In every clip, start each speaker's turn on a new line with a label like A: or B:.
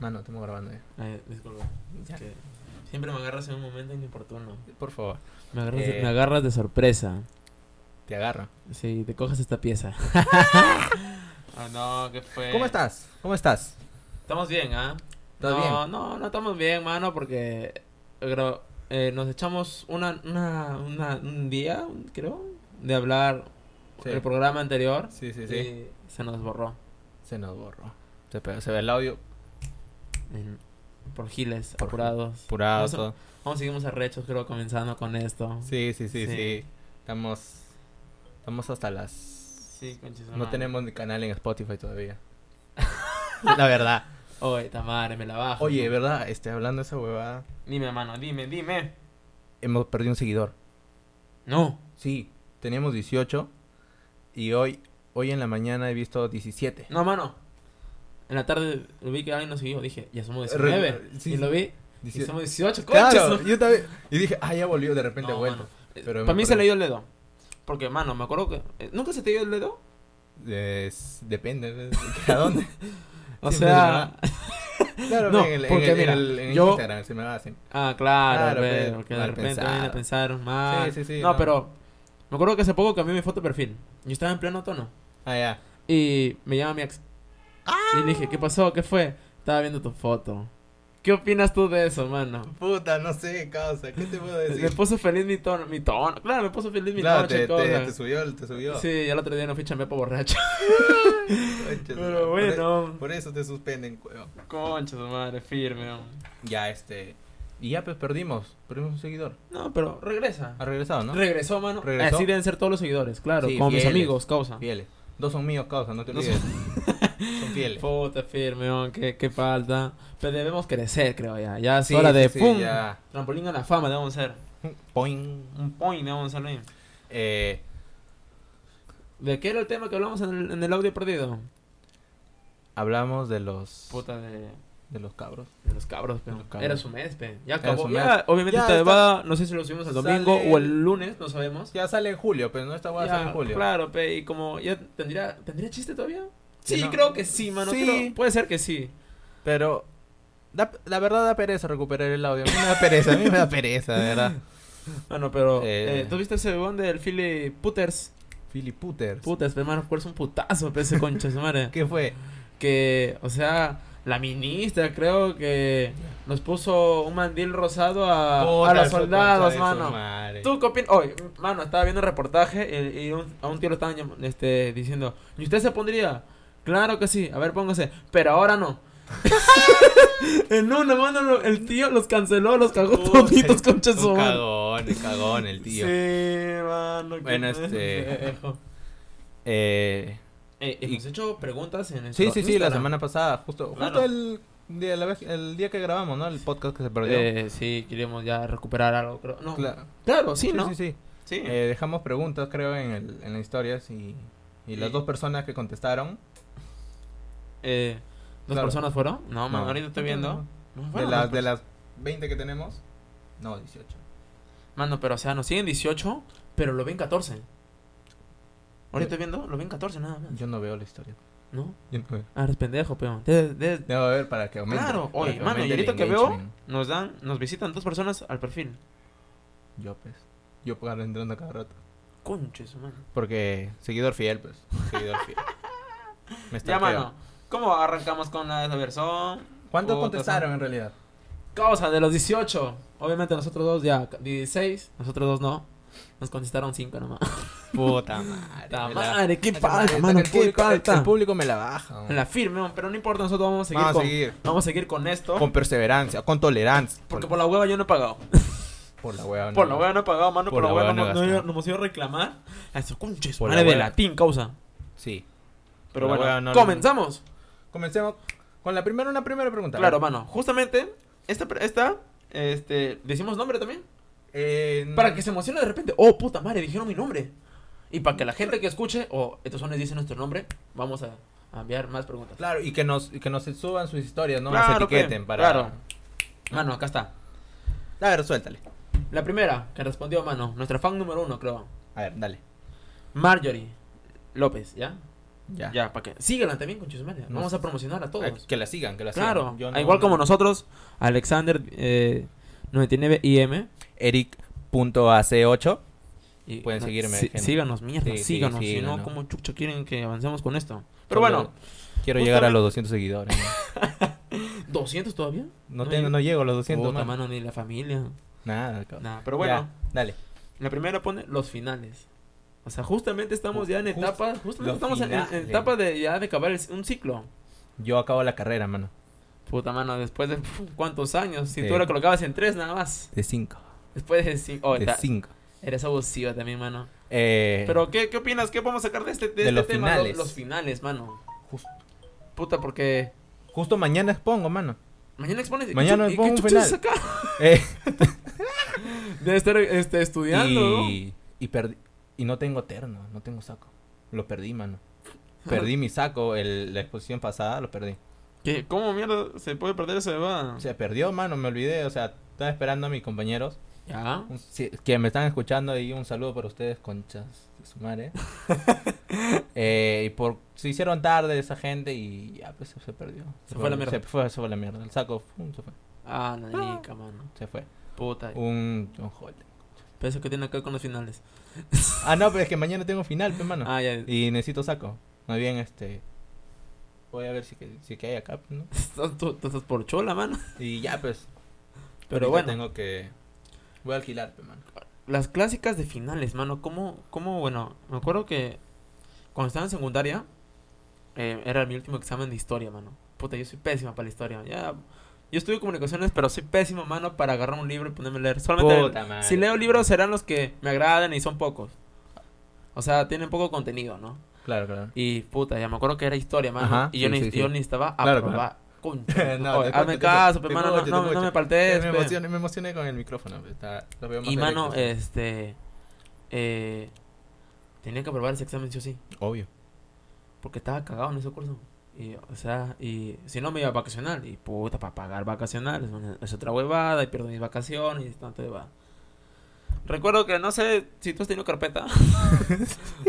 A: Mano, estamos grabando ya.
B: Ay, Ah, disculpa. Es
A: Ya.
B: que siempre me agarras en un momento inoportuno.
A: Por favor,
B: Me agarras,
A: Eh.
B: me agarras de sorpresa.
A: te agarro.
B: Sí, te coges esta pieza. Ah, no, ¿qué fue?
A: ¿Cómo estás? ¿Cómo estás?
B: Estamos bien, ¿ah?
A: ¿Todo
B: no,
A: bien?
B: no, no estamos bien, mano, porque gra- eh, nos echamos una, una, una- un día, creo, de hablar
A: Sí.
B: el programa anterior.
A: Sí, sí,
B: y se nos borró.
A: Se nos borró. Se, pe- se ve el audio
B: en- por giles,
A: Por-
B: apurados.
A: apurado.
B: Vamos a-
A: todo.
B: Vamos, seguimos arrechos, creo, comenzando con esto.
A: Sí, sí, sí, sí,
B: Sí.
A: Estamos. Estamos hasta las.
B: Sí, conches,
A: No
B: madre.
A: tenemos ni canal en Spotify todavía. La verdad.
B: Oye, Tamara, me la bajo.
A: Oye, ¿verdad? Este, hablando de esa huevada,
B: Dime, mano, dime, dime.
A: hemos perdido un seguidor.
B: No.
A: Sí, teníamos 18 y hoy, hoy en la mañana he visto 17.
B: No, mano. En la tarde lo vi que alguien nos siguió. Dije, ya somos
A: Eh, Re-
B: 19.
A: sí, sí.
B: y lo vi. Y
A: 17.
B: somos 18.
A: Claro,
B: ¡Conchas!
A: yo también. Y dije, ah, ya volvió, de repente
B: No,
A: ha vuelto.
B: mano. Eh,
A: pero me
B: Para mí se
A: acuerdo.
B: le dio el dedo. Porque, mano, me acuerdo que. eh, ¿Nunca se te dio el dedo?
A: Es- depende, ¿ves? ¿De ¿a dónde?
B: O
A: Siempre
B: sea.
A: Claro,
B: No,
A: en el, en
B: porque
A: el- en
B: mira,
A: el- en
B: yo-
A: Instagram se me va así.
B: Ah, claro,
A: Claro,
B: pero
A: pe,
B: porque de
A: mal
B: repente
A: pensado.
B: viene a pensar mal.
A: Sí, sí, sí,
B: No,
A: no.
B: pero. Me acuerdo que hace poco cambié mi foto de perfil. Yo estaba en pleno tono.
A: Ah, ya.
B: Y me llama mi ex. Y le dije, ¿qué pasó? ¿Qué fue? Estaba viendo tu foto. ¿Qué opinas tú de eso, mano?
A: Puta, no sé, causa, ¿qué te puedo
B: Me puso feliz mi tono, mi tono. Claro, me puso feliz mi
A: Claro, te,
B: noche,
A: te-
B: cosa.
A: te subió, te subió.
B: Sí, ya el otro día no fui chambepo borracho.
A: Concha,
B: Pero
A: por e-
B: bueno,
A: Por eso te suspenden, cueva.
B: concha su madre, firme. hombre.
A: Ya, este. Y ya, pues perdimos. Perdimos un seguidor.
B: No, pero regresa.
A: Ha regresado, Ah, ¿no?
B: Regresó, mano.
A: Regresó.
B: Así deben ser todos los seguidores, claro.
A: Sí,
B: como mis
A: fieles.
B: amigos, causa.
A: Fieles. Dos son míos, causa, no te
B: No
A: olvides. son fieles.
B: Puta, firme, hombre, qué, qué falta. Pero debemos crecer, creo ya. Ya es
A: Sí,
B: hora
A: sí,
B: de
A: sí,
B: pum.
A: ya.
B: Trampolín a la fama debemos ser.
A: Poing.
B: Un point debemos ser bien.
A: Eh,
B: ¿De qué era el tema que hablamos en el, en el audio perdido?
A: hablamos de los.
B: Puta de,
A: De los cabros.
B: de los cabros, pe.
A: De los cabros.
B: Era su mes, pe.
A: Era
B: Ya acabó.
A: su
B: Ya, obviamente
A: Ya
B: esta
A: está.
B: debada, no sé si lo subimos el domingo
A: Sale
B: o el lunes, no sabemos.
A: Ya sale en julio, pero no esta hueá sale
B: Ya,
A: en julio.
B: Claro, pe, y como ya tendría, ¿tendría chiste todavía? Sí,
A: no.
B: creo que sí, mano.
A: Sí.
B: creo- puede ser que sí.
A: Pero da- la verdad da pereza recuperar el audio. A mí me da pereza, a mí me da pereza, de verdad.
B: Bueno, pero
A: Eh.
B: eh, ¿tú viste ese weón del Philly Putters?
A: Philip Putters.
B: Putas, pe, mano, es un putazo, pe, ese concha, de su madre.
A: ¿Qué fue?
B: que, o sea, la ministra creo que nos puso un mandil rosado a, Ah, a los soldados, mano. ¿Tú qué opinas? Oye, mano, estaba viendo el reportaje eh, y, y un- a un tío lo estaban llam- este, diciendo, ¿y usted se pondría? Claro que sí, a ver, póngase, pero ahora no. en una mano lo- el tío los canceló, los cagó toditos, concha su
A: Un
B: madre.
A: cagón, el cagón, el tío.
B: Sí, mano. qué
A: Bueno, este-
B: pendejo.
A: Eh,
B: Eh,
A: Y-
B: hemos hecho preguntas en
A: sí,
B: nuestro
A: sí, sí, la
B: Instagram.
A: semana pasada, justo, justo
B: Claro.
A: el, día, la vez- el día que grabamos, ¿no? El podcast que se perdió.
B: Eh, sí, queremos ya recuperar algo, creo. No,
A: Cla-
B: Claro, sí,
A: sí,
B: ¿no?
A: sí, sí.
B: Sí.
A: Eh, dejamos preguntas, creo, en, el, en las historias y, y las
B: Sí.
A: dos personas que contestaron.
B: Eh, ¿Dos
A: claro.
B: personas fueron? No, man,
A: No.
B: ahorita estoy viendo. No,
A: De
B: fueron
A: las,
B: dos
A: de
B: personas.
A: las 20 que tenemos, no, 18.
B: Mano, pero o sea, nos siguen 18, pero lo ven 14. Ahorita estoy viendo, lo ven 14 nada más.
A: Yo no veo la historia.
B: ¿No?
A: Yo no veo.
B: Ah, eres pendejo, peón. De- de-
A: Debo ver para que aumente.
B: Claro,
A: para
B: oye,
A: que
B: mano, y
A: aumente el
B: ahorita que veo,
A: engagement.
B: nos dan, nos visitan dos personas al perfil.
A: Yo, pues. Yo puedo estar entrando cada rato.
B: Conches, mano.
A: Porque seguidor fiel, pues. Seguidor fiel. Me
B: Ya,
A: stalkeo.
B: mano, ¿cómo arrancamos con la desaversión?
A: ¿Cuántos
B: Puta,
A: contestaron en realidad?
B: Causa de los 18. Obviamente nosotros dos ya 16, nosotros dos no. Nos contestaron 5 nomás.
A: Puta madre.
B: Puta
A: me la-
B: madre, qué
A: Puta
B: falta,
A: madre,
B: mano,
A: el
B: qué
A: público-
B: falta.
A: El público me la baja. man.
B: La firme, man, pero no importa, nosotros vamos a seguir,
A: Vamos a
B: con,
A: seguir.
B: Vamos a seguir con esto.
A: Con perseverancia, con tolerancia.
B: porque por la hueva yo no he pagado.
A: por la hueva.
B: Por
A: Ah, no.
B: la hueva no he pagado, mano. Por, la hueva, no,
A: he
B: no-
A: gastado.
B: no hemos ido a reclamar a esos conches.
A: Por
B: Madre
A: la
B: de
A: hueva.
B: latín, causa.
A: Sí.
B: Pero
A: Por la
B: bueno,
A: hueva no-
B: comenzamos.
A: Comencemos con la primera, una primera pregunta.
B: Claro, mano. Justamente, esta, pre- esta, este, decimos nombre también.
A: Eh,
B: Para que se emocione de repente. Oh, puta madre, dijeron mi nombre. Y para que la gente que escuche, o estos hombres dicen nuestro nombre, vamos a, a enviar más preguntas.
A: Claro, y que nos, y que nos suban sus historias, ¿no?
B: Claro,
A: nos etiqueten
B: pe,
A: para.
B: claro. Mano, acá está.
A: A ver, suéltale.
B: La primera que respondió, mano, nuestra fan número uno, creo.
A: A ver, dale.
B: Marjorie López, ¿ya? Ya. Ya, para que. Síguela también con Chismania. Vamos a promocionar a todos.
A: Que la sigan, que la sigan.
B: Claro.
A: Yo
B: Ah,
A: no-
B: Igual como nosotros, Alexander eh, 99IM.
A: Eric.ac8.
B: Y,
A: Pueden
B: no,
A: seguirme,
B: sí-
A: gente.
B: síganos, mierda,
A: Sí, sí,
B: síganos. si no,
A: síganos.
B: como chucha quieren que avancemos con esto.
A: Solo-
B: Pero bueno,
A: Quiero
B: Justamente-
A: llegar a los 200 seguidores. ¿no?
B: 200 todavía.
A: No,
B: No
A: tengo,
B: llego.
A: no llego a los 200.
B: Puta
A: man.
B: mano, ni la familia.
A: Nada, cabrón.
B: Nah, pero bueno,
A: Ya, dale.
B: la primera pone los finales. O sea, justamente estamos ya en
A: Just-
B: etapa, justamente
A: los
B: estamos en, en- en
A: finales.
B: etapa de ya de acabar el- un ciclo.
A: Yo acabo la carrera, mano.
B: Puta mano, después de puf, cuántos años, si
A: Sí.
B: tú lo colocabas en tres nada más.
A: De 5.
B: Después de cinco, oh,
A: de
B: ta-
A: 5.
B: eres abusiva también, mano.
A: Eh,
B: Pero ¿qué, qué opinas? ¿Qué podemos sacar de este, de
A: De
B: este
A: los
B: tema? Lo-
A: finales.
B: Los, finales, mano.
A: Justo.
B: Puta, porque
A: Justo mañana expongo, mano.
B: mañana expones. ¿y
A: Mañana
B: qué- y
A: pongo
B: qué
A: un
B: chuchas
A: final.
B: acá?
A: Eh,
B: Debe estar este, estudiando. ¿no?
A: y, y, perdí- y no tengo terno, no tengo saco. Lo perdí, mano. Perdí mi saco el- la exposición pasada, lo perdí.
B: ¿Qué? ¿Cómo mierda se puede perder esa bebada?
A: Se perdió, mano, me olvidé. O sea, estaba esperando a mis compañeros
B: Ya.
A: un- si- que me están escuchando y un saludo para ustedes, conchas de su madre. Eh, y por, se hicieron tarde esa gente y ya, pues se, se perdió.
B: Se fue a la mierda.
A: Se fue, se fue a la mierda. El saco pum, se fue.
B: Ah, nanica, mano.
A: Se fue.
B: Puta.
A: Un John Holden.
B: Peso que tiene acá con los finales.
A: Ah, no, pero es que mañana tengo final, pues, mano.
B: Ah, ya.
A: Y necesito saco. Más bien, este. Voy a ver si que, si que hay acá, ¿no?
B: Estás- Tú, tú estás por chola, mano.
A: Y ya, pues.
B: Pero
A: ahorita
B: bueno.
A: Tengo que. Voy a alquilar, pe, mano.
B: Las clásicas de finales, mano. ¿Cómo, cómo bueno? Me acuerdo que cuando estaba en secundaria, eh, era mi último examen de historia, mano. Puta, yo soy pésima para la historia. Ya. Yo estudio comunicaciones, pero soy pésimo, mano, para agarrar un libro y ponerme a leer. Solamente
A: Puta madre.
B: si leo libros serán los que me agradan y son pocos. O sea, tienen poco contenido, ¿no?
A: Claro, claro.
B: Y puta, ya me acuerdo que era historia, mano.
A: Ajá,
B: y yo,
A: sí,
B: ni-
A: sí, sí.
B: yo necesitaba
A: Claro,
B: aprobar. Concha,
A: No,
B: oye,
A: te
B: hazme
A: escucho, te
B: caso,
A: escucho,
B: pe,
A: te
B: mano,
A: escucho,
B: no,
A: te
B: no, no me
A: escucho.
B: paltes.
A: me,
B: pe.
A: emocioné, me emocioné con el micrófono. pe, Está, lo veo más
B: Y mano,
A: eléctrico.
B: este. Eh, tenía que aprobar ese examen, sí o sí.
A: Obvio.
B: Porque estaba cagado en ese curso. Y, o sea, y si no me iba a vacacional. Y puta, para pagar vacacional es, una- es otra huevada. Y pierdo mis vacaciones y tanto huevada. Recuerdo que no sé si tú has tenido carpeta.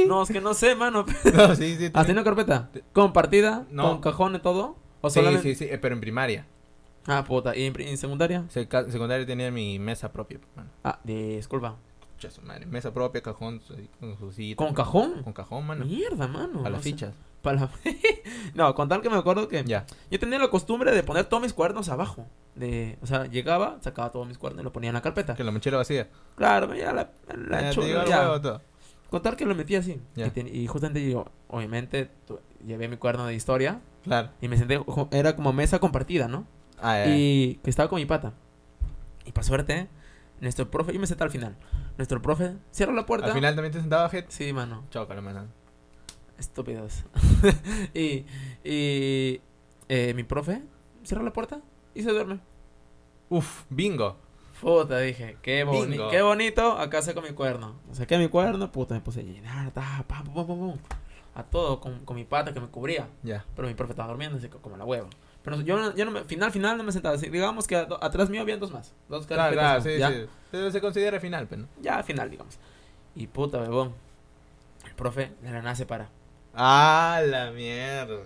B: no, es que no sé, mano.
A: No, sí, sí.
B: ¿Has
A: tiene-
B: tenido carpeta? ¿Compartida?
A: No.
B: ¿Con cajón y todo? ¿O
A: Sí,
B: solamente?
A: sí, sí, eh, pero en primaria.
B: Ah, puta. ¿Y en, pri- en secundaria?
A: Seca- secundaria tenía mi mesa propia, pe, mano.
B: Ah, disculpa.
A: Chucha su madre. Mesa propia, cajón, su- con su sillita.
B: ¿Con cajón?
A: Con cajón, mano.
B: Mierda, mano.
A: A
B: o
A: las
B: sea,
A: fichas.
B: pa' la- no, con tal que me acuerdo que
A: Ya.
B: yo tenía la costumbre de poner todos mis cuadernos abajo. De, o sea, llegaba, sacaba todos mis cuadernos y lo ponía en la carpeta.
A: Que la mochila vacía.
B: Claro, ya la, la
A: Ya, te
B: chula,
A: digo el
B: ya.
A: huevo, todo.
B: Con tal que lo metía así.
A: Ya.
B: Y, ten- y justamente yo, obviamente, tu- llevé mi cuaderno de historia
A: Claro.
B: y me senté, ojo, era como mesa compartida, ¿no?
A: Ah, ya, ya.
B: Y que estaba con mi pata. Y para suerte, nuestro profe, yo me senté al final. Nuestro profe cierra la puerta.
A: Al final también te sentaba, gente.
B: Sí, mano.
A: Chócala, mano.
B: Estúpidos. y y eh, mi profe cierra la puerta y se duerme.
A: Uf, bingo.
B: Puta, dije, qué, boni-
A: Bingo.
B: qué bonito, acá saco mi cuaderno. Saqué mi cuaderno, puta, me puse a llenar, ta, pam, pam, pam, pam, pam. A todo, con, con mi pata que me cubría.
A: Ya.
B: Pero mi profe estaba durmiendo, así que como la hueva. Pero yo, no- yo no me, final, final no me sentaba. así, digamos que a- atrás mío habían dos más. Dos
A: Claro,
B: carpetas
A: claro,
B: más,
A: sí,
B: ¿ya?
A: sí. Pero se considera final, pero no.
B: Ya al final, digamos. Y puta, bebón. El profe de la nada se para.
A: Ah, la mierda.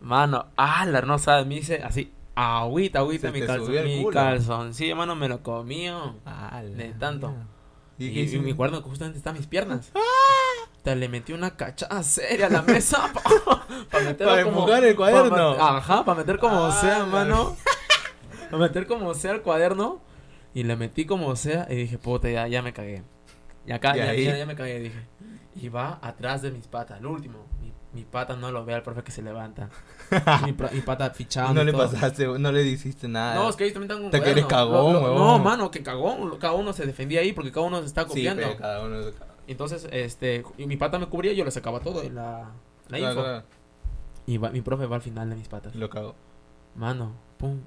B: Mano, ah, la no sabe, me dice así, agüita, agüita,
A: Se
B: mi
A: te
B: calzón,
A: subió el
B: mi
A: culo.
B: calzón. Sí, hermano, me lo comió.
A: Ah, la
B: De tanto.
A: mierda.
B: Y,
A: qué
B: y
A: hiciste?
B: mi cuerno justamente está a mis
A: ¡Ah!
B: piernas. Te le metí una cachada seria a la mesa para meterlo
A: Para
B: como...
A: empujar el
B: pa'
A: cuaderno.
B: met- ajá, para meter como
A: Ah,
B: sea,
A: la-
B: mano. Para meter como sea el cuaderno. Y le metí como sea y dije, puta, ya, ya me cagué. Y acá,
A: ¿Y
B: ya,
A: ahí?
B: ya, ya me cagué, dije. Y va atrás de mis patas, el último. Mi, mi pata no lo ve al profe que se levanta. mi, pra- mi pata fichada.
A: no
B: y
A: le
B: todo.
A: pasaste, no le hiciste nada.
B: No, es que ellos también están con
A: Te que eres
B: cuaderno.
A: cagón,
B: Lo- lo- No,
A: huevón.
B: mano, que cagón. Cada uno se defendía ahí porque cada uno se está
A: sí,
B: copiando.
A: pero cada uno. Claro,
B: Entonces, este, y mi pata me cubría, yo le sacaba todo en la, la info.
A: claro,
B: Y va- mi profe va al final de mis patas.
A: Lo cago.
B: Mano, pum.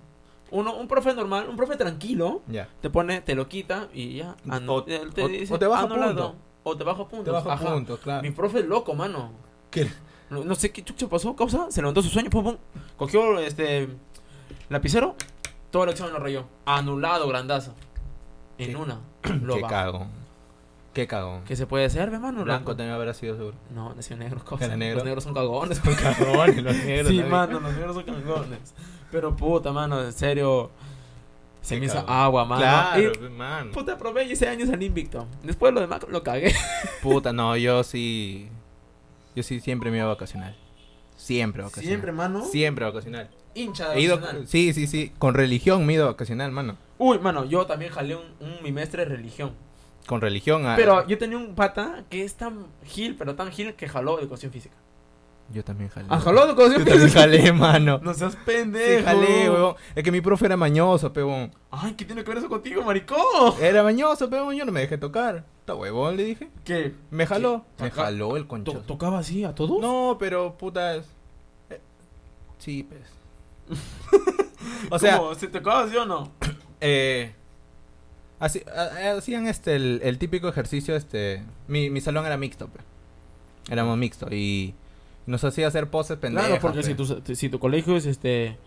B: Uno, un profe normal, un profe tranquilo,
A: Ya.
B: te pone, te lo quita y ya. an-
A: O-
B: él
A: o- o te baja
B: bajo
A: punto.
B: O te bajo puntos.
A: Te bajo
B: ajá.
A: puntos, claro.
B: Mi profe es loco, mano.
A: ¿Qué?
B: No, no sé qué chucho pasó, causa. Se levantó su sueño, pum, pum. Cogió este lapicero, todo el examen lo rayó. Anulado, grandazo. En
A: Qué-
B: una. lo
A: Qué
B: bajó.
A: cago. Qué cagón.
B: Que se puede ser, ve, mano.
A: Blanco
B: loco.
A: también habrá sido seguro.
B: No, nació negro,
A: ¿Era
B: cosa.
A: negro?
B: Los negros son cagones.
A: Son cagones los negros.
B: sí,
A: también.
B: mano, los negros son cagones. Pero puta, mano, en serio. Se
A: Qué
B: me hizo
A: cagón.
B: agua, mano.
A: Claro,
B: Y,
A: pues, mano.
B: puta, probé 16 años al invicto. Después lo demás lo cagué.
A: Puta, no, yo sí. Yo sí siempre me iba a vacacional. Siempre a vacacional.
B: mano.
A: Siempre a vacacional.
B: Hincha de
A: He ido,
B: Arsenal.
A: sí, sí, sí. Con religión me he ido a vacacional, mano.
B: Uy, mano, yo también jalé un, un bimestre de religión.
A: Con religión. a-
B: Pero yo tenía un pata que es tan gil, pero tan gil que jaló educación física.
A: Yo también jalé.
B: Ah, jaló
A: Yo
B: educación
A: también
B: física.
A: jalé, mano.
B: No seas
A: Sí,
B: pendejo.
A: jalé, huevón. Es que mi profe era mañoso, pebón.
B: Ay, ¿qué tiene que ver eso contigo, maricón?
A: Era mañoso, pebón. Yo no me dejé tocar. Está huevón, le dije.
B: ¿Qué?
A: Me jaló.
B: ¿Qué?
A: Me
B: Toca-
A: jaló el concho.
B: ¿Tocaba así a todos?
A: No, pero puta. es- eh, Sí, pues. o sea,
B: ¿se tocaba así o no?
A: Eh, haci- ha- hacían este el, el típico ejercicio este mi, mi salón era mixto pe. éramos mixto y nos hacía hacer poses pendejas pues.
B: claro, porque
A: pe.
B: si tu, si tu colegio es este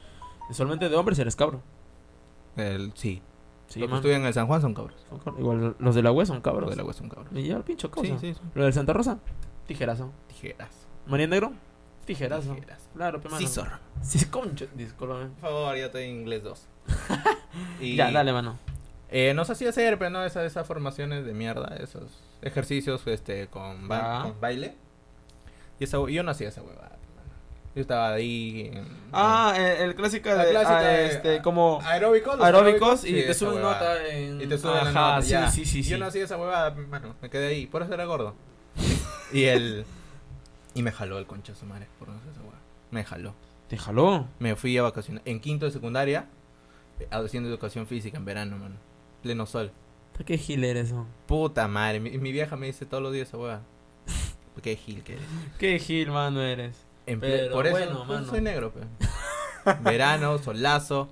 B: solamente de hombres, eres cabro.
A: El- sí
B: Sí,
A: los que
B: man.
A: estudian en el San Juan son cabros
B: Son cabros. Igual los de la UE son
A: los
B: cabros.
A: de la UES son cabros
B: Y ya el pincho
A: sí
B: causa.
A: sí son
B: Lo del Santa Rosa, tijerazo.
A: tijeras
B: María Negro, tijerazo.
A: tijeras
B: Claro, pe mano.
A: scissor
B: Sí, concho, discúlpame.
A: por favor ya estoy en inglés 2 y
B: Ya, dale, mano.
A: eh, nos hacía hacer pero no esas esas formaciones de mierda esos ejercicios este con, ba-
B: Ah.
A: con baile y esa hue- yo no hacía esa huevada pe, mano. yo estaba ahí en-
B: Ah, el, clásico
A: La
B: de,
A: clásica
B: ah,
A: de-
B: este, como
A: Aeróbicos. los
B: aeróbicos y
A: sí,
B: te
A: esa
B: suben
A: huevada.
B: nota en...
A: Y te suben la
B: Ajá,
A: nota,
B: sí,
A: ya.
B: sí, sí, sí.
A: Yo no hacía esa huevada, mano. Me quedé ahí. Por eso era gordo. y él. Y me jaló el concha de su madre. Por no hacer esa huevada. Me jaló.
B: Te jaló.
A: Me fui a vacaciones. En quinto de secundaria, eh, haciendo educación física en verano, mano. Pleno sol.
B: ¿Para qué gil eres, oh. no?
A: Puta madre. Mi, mi vieja me dice todos los días esa huevada. Qué gil que eres.
B: ¿Qué gil, mano, eres?
A: En ple-
B: Pero
A: por eso
B: bueno,
A: por eso
B: mano.
A: soy negro, pe. Verano, solazo,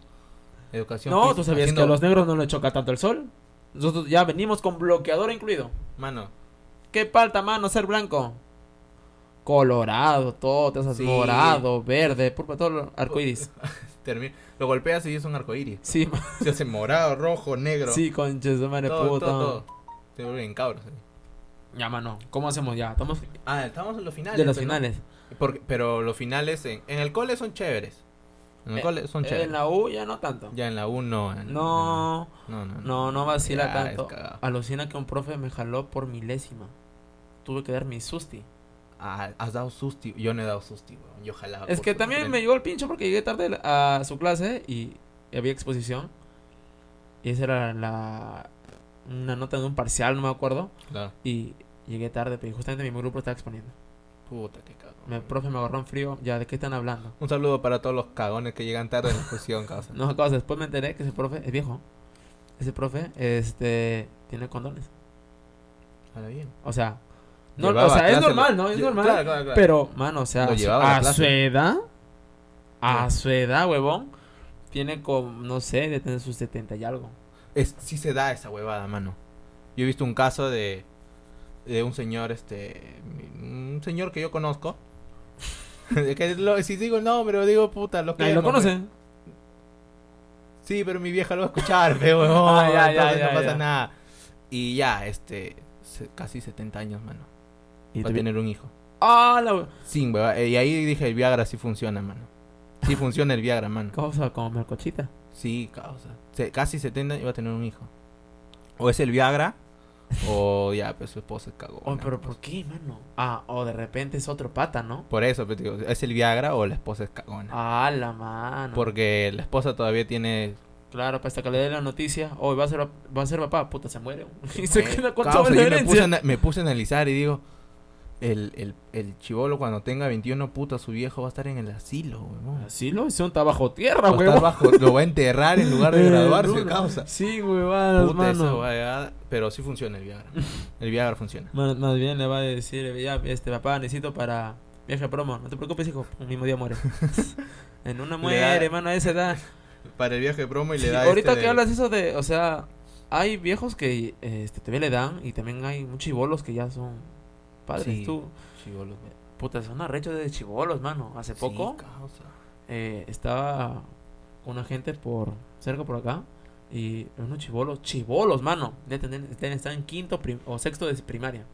A: educación
B: No,
A: física,
B: tú sabías que a
A: haciendo-
B: los negros no les choca tanto el sol. Nosotros ya venimos con bloqueador incluido.
A: Mano,
B: ¿Qué falta, mano, ser blanco? Colorado, todo, te haces
A: Sí.
B: morado, verde, purpa, todo lo- arcoiris.
A: termi- Lo golpeas y es un arcoíris.
B: Sí, ma-
A: Se hace morado, rojo, negro.
B: sí, conches de madre
A: todo,
B: puta.
A: todo, todo. Se vuelven cabros. eh.
B: Ya, mano, ¿cómo hacemos ya? Estamos
A: Ah, estamos en los finales.
B: de los
A: pero-
B: finales.
A: porque- pero los finales en, en el cole son chéveres. En el
B: Eh,
A: cole son chéveres.
B: En la U ya no tanto.
A: Ya en la 1.
B: No,
A: No, no.
B: no, no vacila
A: Ya, es
B: tanto.
A: cagado.
B: Alucina que un profe me jaló por milésima. Tuve que dar mi susti.
A: Ah, has dado susti. Yo no he dado susti, weón. Yo jalaba.
B: Es
A: por
B: que
A: su
B: también me
A: frente.
B: llegó el pincho porque llegué tarde a su clase y había exposición. Y esa era la. Una nota de un parcial, no me acuerdo.
A: Claro.
B: Y llegué tarde, pero justamente mi grupo estaba exponiendo.
A: Puta, qué cagón.
B: Me, profe, me agarró en frío. Ya, ¿de qué están hablando?
A: Un saludo para todos los cagones que llegan tarde en la exposición, causa.
B: No, cosas. Después me enteré que ese profe es viejo. Ese profe, este. Tiene condones.
A: Ahora bien.
B: O sea. No,
A: Llevaba
B: o sea, es
A: clase-
B: normal, ¿no? Es
A: Lle-
B: normal.
A: Claro, claro, claro.
B: Pero, mano, o sea,
A: Lo
B: a su-
A: llevaba a la
B: a
A: clase.
B: su edad, a su edad, huevón, tiene como, no sé, de tener sus 70 y algo.
A: es, sí se da esa huevada, mano. Yo he visto un caso de, de un señor, este, un señor que yo conozco. De que lo- si digo el nombre, lo digo puta, lo que
B: Ahí lo conocen.
A: Sí, pero mi vieja lo va a escuchar, pe, huevón.
B: Ah, ya, ya,
A: entonces
B: ya,
A: no pasa
B: ya.
A: nada. Y ya, este, se- casi 70 años, mano.
B: Y
A: va a tener un hijo.
B: Ah, la hue-
A: Sin hueva. eh, Y ahí dije, el Viagra sí funciona, mano. Sí funciona el Viagra, mano.
B: Cosa como mercochita.
A: Sí, causa. Se- casi 70 iba a tener un hijo. O es el Viagra, o ya, pues su esposa se cagó.
B: Oh,
A: ¿no?
B: pero ¿por qué, mano? Ah, o de repente es otro pata, ¿no?
A: Por eso, pues, digo, es el Viagra o la esposa es cagona.
B: Ah, la mano.
A: Porque la esposa todavía tiene.
B: Claro, para hasta que le dé la noticia. Hoy va a ser va a ser papá, puta, se muere. Y se
A: Eh,
B: queda con
A: causa,
B: toda la
A: yo me, puse a,
B: herencia.
A: ana- me puse a analizar y digo: el, el, el chivolo cuando tenga 21 putas, su viejo va a estar en el asilo, huevón.
B: Así lo hicieron, está bajo tierra,
A: Va a estar
B: huevón.
A: bajo- lo va a enterrar en lugar de
B: Eh,
A: graduarse,
B: duro.
A: causa.
B: Sí, huevadas,
A: Puta
B: mano.
A: esa huevada, Pero sí funciona el Viagra. El Viagra funciona.
B: Más, más bien le va a decir, ya, este, papá, necesito para viaje a promo. No te preocupes, hijo, el mismo día muere. en
A: Le
B: una
A: da-
B: muere, hermano, a esa edad.
A: Para el viaje de promo y le
B: Sí,
A: da.
B: ahorita
A: este
B: que
A: del-
B: hablas eso de, o sea, hay viejos que este, todavía le dan y también hay muchos chibolos que ya son padres.
A: Sí.
B: Tú,
A: Chivolo, güey.
B: puta, son arrechos de chibolos, mano. Hace poco
A: Sí, causa.
B: eh, estaba una gente por cerca por acá Y unos chivolos, chivolos, mano. Ya tienen- están, están en quinto prim- o sexto de primaria.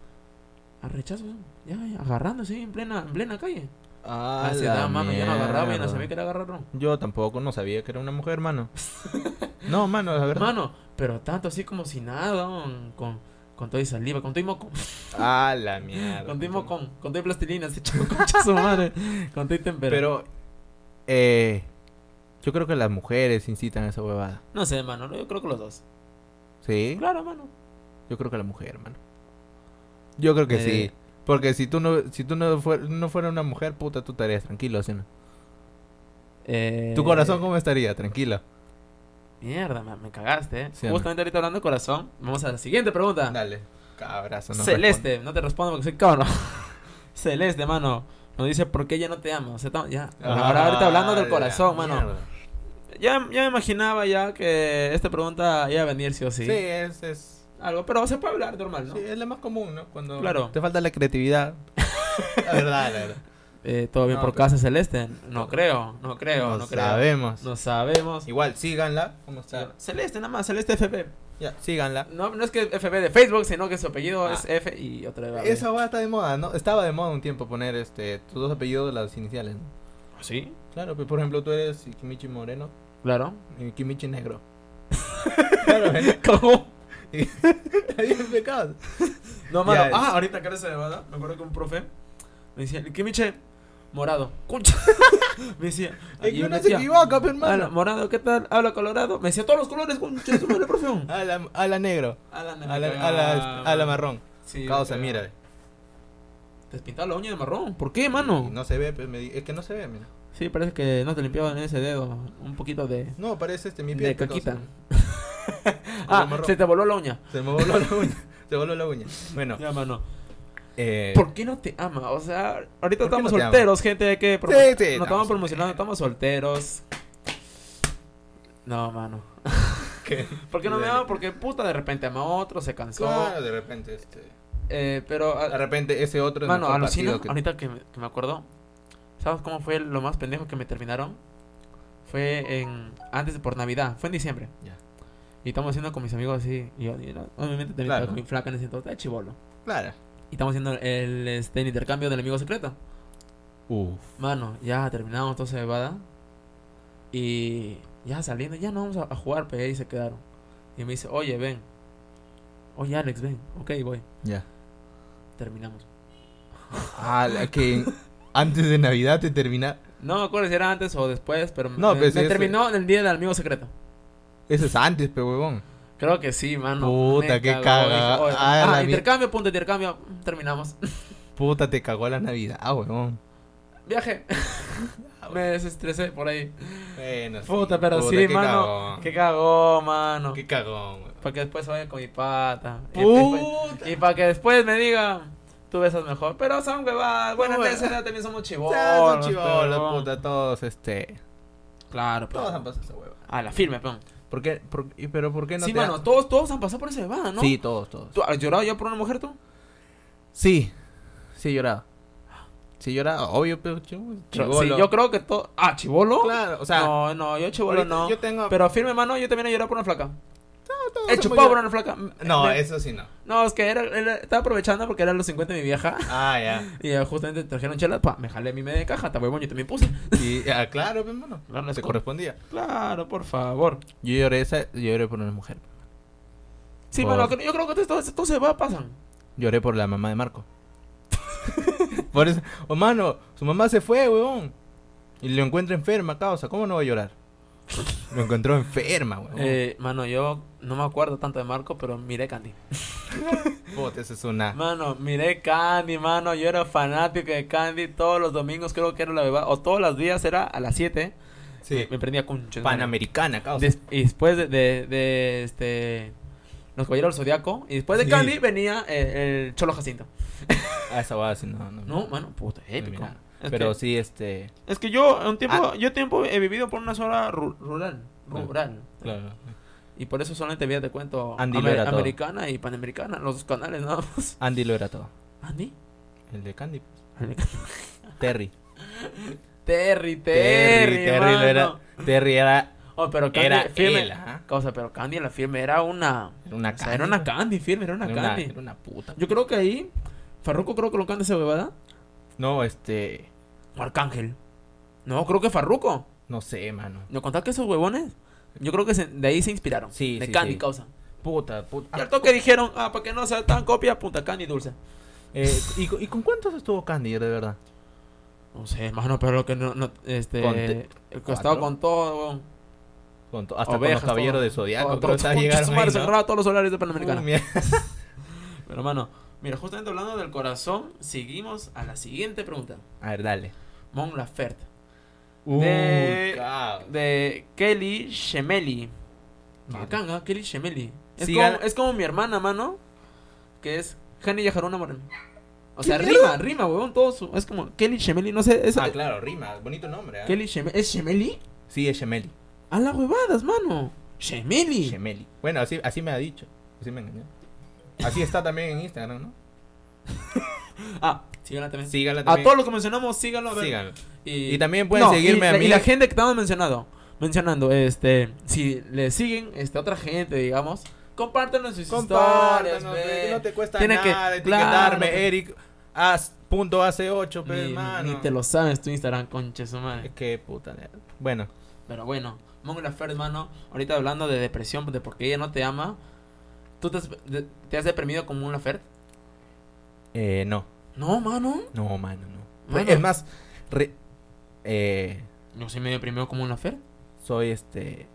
B: A rechazo, ya, ya, agarrándose ahí en plena, en plena calle.
A: Ah,
B: Ah, se
A: la
B: da, mano, ya no agarraba, ya
A: mierda.
B: no sabía que era agarraron.
A: Yo tampoco, no sabía que era una mujer, mano. no, mano, la verdad.
B: Mano, pero tanto así como si nada, weón, con, con todo y saliva, con todo y moco.
A: Ah, la mierda.
B: Con todo y mocón, con todo y plastilina, se echó concha su madre. Con todo y tempera.
A: Pero, eh, yo creo que las mujeres incitan a esa huevada.
B: No sé, mano, yo creo que los dos.
A: ¿Sí?
B: Claro, mano.
A: Yo creo que la mujer, mano. Yo creo que
B: Eh.
A: sí. Porque si tú no, si tú no, fuer- no fuera una mujer, puta, tú estarías tranquilo, ¿sí o no?
B: Eh,
A: ¿Tu corazón cómo estaría? Tranquilo.
B: Mierda, ma- me cagaste, eh.
A: Sí,
B: Justamente ahorita hablando de corazón, vamos a la siguiente pregunta.
A: Dale. pues Cabrazo, no
B: Ah. Celeste, no te respondo porque soy cabrón. Celeste, mano. Nos dice por qué ya no te amo. O sea, tam- ya.
A: responde.
B: Ahora ahorita
A: Ah,
B: hablando del
A: la
B: corazón, mano.
A: mierda.
B: Ya, ya me imaginaba ya que esta pregunta iba a venir sí o sí.
A: Sí, es, es,
B: Algo, pero se puede hablar normal, ¿no?
A: sí, es la más común, ¿no? Cuando
B: Claro.
A: te falta la creatividad. la verdad, la verdad.
B: Eh, ¿Todo bien
A: No,
B: por
A: pero-
B: casa Celeste? No creo, no creo, no,
A: No
B: creo.
A: sabemos.
B: No sabemos.
A: Igual, síganla. ¿Cómo está?
B: Celeste, nada más, Celeste FB.
A: Ya, síganla.
B: No, no es que FB de Facebook, sino que su apellido
A: Ah.
B: es F y otra vez.
A: Esa hueá está de moda, ¿no? Estaba de moda un tiempo poner este tus dos apellidos, las iniciales. ¿no?
B: ¿Sí?
A: Claro, pues, por ejemplo, tú eres Kimichi Moreno
B: Claro.
A: y Kimichi Negro. claro, ¿eh?
B: ¿Cómo?
A: Está bien pecado.
B: No, mano.
A: Ya es.
B: Ah, ahorita que eres de verdad, me acuerdo que un profe me decía, Kimiche, morado. Concha. me decía.
A: Es
B: y
A: que
B: yo
A: uno
B: le
A: se
B: decía,
A: equivoca, pe,
B: "Ala,
A: hermano.
B: morado, ¿qué tal? Habla colorado. Me decía todos los colores, concha, su madre, profe.
A: A la, a la negro,
B: Ala, me
A: a la, Ah,
B: cagaba,
A: a la, a la
B: mano.
A: marrón.
B: Sí, me
A: Causa,
B: cagaba.
A: mira.
B: Te has pintado la uña de marrón. ¿Por qué, mano?
A: No se ve, pues, me di- es que no se ve, mira.
B: Sí, parece que no te limpiaban ese dedo. Un poquito de.
A: No, parece este mi
B: de
A: piel.
B: caquita.
A: Color
B: ah,
A: marrón.
B: se te voló la uña.
A: Se me voló la uña. Se voló la uña. Bueno,
B: Ya, mano.
A: eh,
B: ¿Por qué no te ama? O sea, ahorita
A: ¿Por qué
B: estamos
A: no te ama?
B: solteros, gente. Hay que. promo-
A: Sí, sí,
B: Nos
A: estamos
B: estamos
A: solteros.
B: promocionando, estamos solteros. No, mano.
A: ¿qué?
B: ¿Por qué no me
A: Dale.
B: ama? Porque puta, de repente ama a otro, se cansó.
A: Claro, de repente, este.
B: Eh, pero. a-
A: De repente ese otro es
B: mano,
A: mejor
B: alucina.
A: partido que-
B: Ahorita que me, que me acuerdo. ¿Sabes cómo fue lo más pendejo que me terminaron? Fue en. Antes de por Navidad. Fue en diciembre.
A: Ya.
B: Y estamos haciendo con mis amigos así. Y yo, y era- obviamente también
A: Claro.
B: estaba con mi flaca en ese entonces. chivolo.
A: Claro.
B: Y estamos haciendo el, este, el intercambio del amigo secreto.
A: Uf.
B: Mano, ya terminamos toda esa bebada. Y ya saliendo, ya no vamos a, a jugar, pero ahí se quedaron. Y me dice, oye, ven. Oye, Alex, ven. Ok, voy.
A: Ya.
B: Terminamos.
A: Ah, la que antes de Navidad te termina.
B: No me acuerdo si era antes o después, pero
A: No,
B: me,
A: pues,
B: me
A: ese-
B: terminó en el día del amigo secreto.
A: Eso es antes, pe huevón.
B: Creo que sí, mano.
A: Puta,
B: Me
A: qué
B: cagó,
A: caga-
B: dije, oye,
A: ah,
B: ah,
A: la vi-
B: intercambio, punto, intercambio. Terminamos.
A: Puta, te cagó la Navidad, huevón.
B: Viaje. me desestresé por ahí.
A: Bueno,
B: Puta, pero sí, mano. Qué cagó, mano.
A: Qué cagón, huevón.
B: Para que después vaya con mi pata. Y-
A: Puta.
B: Y, para que después me diga, tú besas mejor. Pero son huevadas. Bueno,
A: No,
B: en esa
A: bueno.
B: edad también somos
A: O
B: chivolos.
A: sea, son chibolos,
B: pero-
A: puta, todos, este...
B: Claro, pero-
A: Todos han pasado esa hueva.
B: A la firme, peón.
A: ¿Por qué? Por- y- ¿Pero por qué no
B: sí,
A: te
B: mano,
A: ha-
B: todos, todos han pasado por esa huevada, ¿no?
A: Sí, todos, todos.
B: ¿Tú has llorado ya por una mujer, tú?
A: Sí. Sí he llorado. Sí he llorado, obvio, pero chibolo.
B: Sí, yo creo que todo. Ah, chivolo.
A: Claro, o sea...
B: no, no, yo chivolo
A: ahorita
B: no.
A: Yo tengo...
B: Pero firme, mano, yo también he llorado por una flaca.
A: todos
B: He
A: hemos
B: chupado por
A: llorado.
B: una flaca.
A: No,
B: Me-
A: eso sí no.
B: No, es que era, era- estaba aprovechando porque eran los 50 de mi vieja.
A: Ah, ya.
B: Y eh, justamente trajeron chela. Pa, me jalé mi media de caja. Está huevón, yo también puse.
A: Y, ah, claro, pe, mano.
B: No, no es
A: Te
B: correcto.
A: correspondía.
B: Claro, por favor.
A: Yo lloré esa, yo lloré por una mujer.
B: Sí,
A: Por-
B: mano, creo- yo creo que esto, esto se va, pasan.
A: Lloré por la mamá de Marco. por eso, oh, mano, su mamá se fue, huevón. Y lo encuentra enferma, causa. ¿Cómo no va a llorar? Lo encontró enferma, huevón.
B: Eh, mano, yo no me acuerdo tanto de Marco, pero miré Candy.
A: Puta, esa es una.
B: Mano, miré Candy, mano. Yo era fanático de Candy. Todos los domingos creo que era la bebada. O todos los días era a las 7.
A: Sí,
B: Me, me prendía concha.
A: panamericana, causa.
B: Des- y después de, de, de, este. Los Caballeros del Zodiaco. Y después de
A: Sí.
B: Candy venía eh, el Cholo Jacinto.
A: Ah, esa va así, no, no.
B: No, mano, puta,
A: no,
B: épico.
A: mira.
B: Es
A: Pero
B: que-
A: sí, este.
B: Es que yo un tiempo,
A: Ah.
B: yo tiempo he vivido por una zona ru- rural,
A: Claro.
B: rural.
A: Claro.
B: Y por eso solamente veía, te cuento,
A: Andy lo
B: amer-
A: era todo.
B: americana y panamericana, los dos canales nada más.
A: Andy lo era todo.
B: Andy.
A: El de Candy. Terry.
B: Terry, Terry,
A: Terry lo
B: mano.
A: era. Terry era.
B: Oh, pero Candy
A: Era
B: firme.
A: él, ajá.
B: Cosa, pero Candy la firme era una.
A: Era una
B: o sea, era una Candy firme, era una
A: Era
B: Candy.
A: era una puta.
B: Yo creo que ahí. Farruko creo que lo canta esa huevada.
A: No, este.
B: O Arcángel. No, creo que Farruko.
A: No sé, mano.
B: ¿No contás que esos huevones? Yo creo que se- de ahí se inspiraron.
A: Sí,
B: De
A: sí,
B: Candy,
A: sí.
B: causa.
A: Puta, puta.
B: Y al toque dijeron, ah, para que no sea tan copia, puta Candy dulce.
A: Eh, ¿y, con- y con cuántos estuvo Candy, de verdad?
B: No sé, mano, pero lo que no. no este.
A: Con te-
B: el costado
A: cuatro.
B: con todo, huevón.
A: Con to- hasta
B: Ovejas,
A: con los caballeros
B: todo.
A: de Zodiaco,
B: Todo,
A: creo que
B: todo,
A: hasta
B: todo,
A: llegaron
B: su
A: ahí,
B: madre,
A: ¿no?
B: cerraba todos los horarios de
A: Uh,
B: Panamericana.
A: mierda.
B: Pero, mano, mira, justamente hablando del corazón, seguimos a la siguiente pregunta.
A: A ver, dale.
B: Mon Laferte.
A: Uh,
B: De-
A: cabrón.
B: De Kelly Shemeli.
A: Mira.
B: Bacán, ¿ah? Kelly Shemeli. Es,
A: Sí,
B: como,
A: gana-
B: es como mi hermana, mano. Que es Hany Yajaruna Moreno. O sea,
A: ¿Qué
B: rima, rima, huevón, todo su. Es como Kelly Shemeli, no sé. Es,
A: Ah, claro, rima. Bonito nombre, ¿ah?
B: Kelly Shemeli. ¿Es Shemeli?
A: Sí, es Shemeli.
B: A las huevadas, mano. Shemeli.
A: Shemeli. Bueno, así, así me ha dicho. Así me engañó. Así está también en Instagram, ¿no?
B: ah, síganla también.
A: Síganla
B: A
A: también.
B: todos los que mencionamos, síganlo. a ver.
A: Síganla. Y también pueden seguirme
B: y
A: a
B: la-
A: mí.
B: Y la gente que estamos mencionado, mencionando, este, si le siguen este, otra gente, digamos, compártanos sus historias,
A: Compártanos,
B: ve.
A: pe, que no te cuesta
B: Tiene que-
A: nada
B: claro,
A: etiquetarme,
B: pe.
A: Eric. as- punto hace 8,
B: Ni-
A: pero
B: ni-
A: hermano.
B: Ni, te lo sabes tu Instagram, conche su
A: Es
B: madre.
A: que puta. Bueno,
B: Pero bueno, Mon Laferte, hermano, ahorita hablando de depresión, de por qué ella no te ama, ¿tú te has, de- te has deprimido como Mon Laferte?
A: eh, no.
B: No, mano.
A: No, mano, no.
B: Mano.
A: Es más, re- eh,
B: Yo sí me deprimió como Mon Laferte.
A: soy este.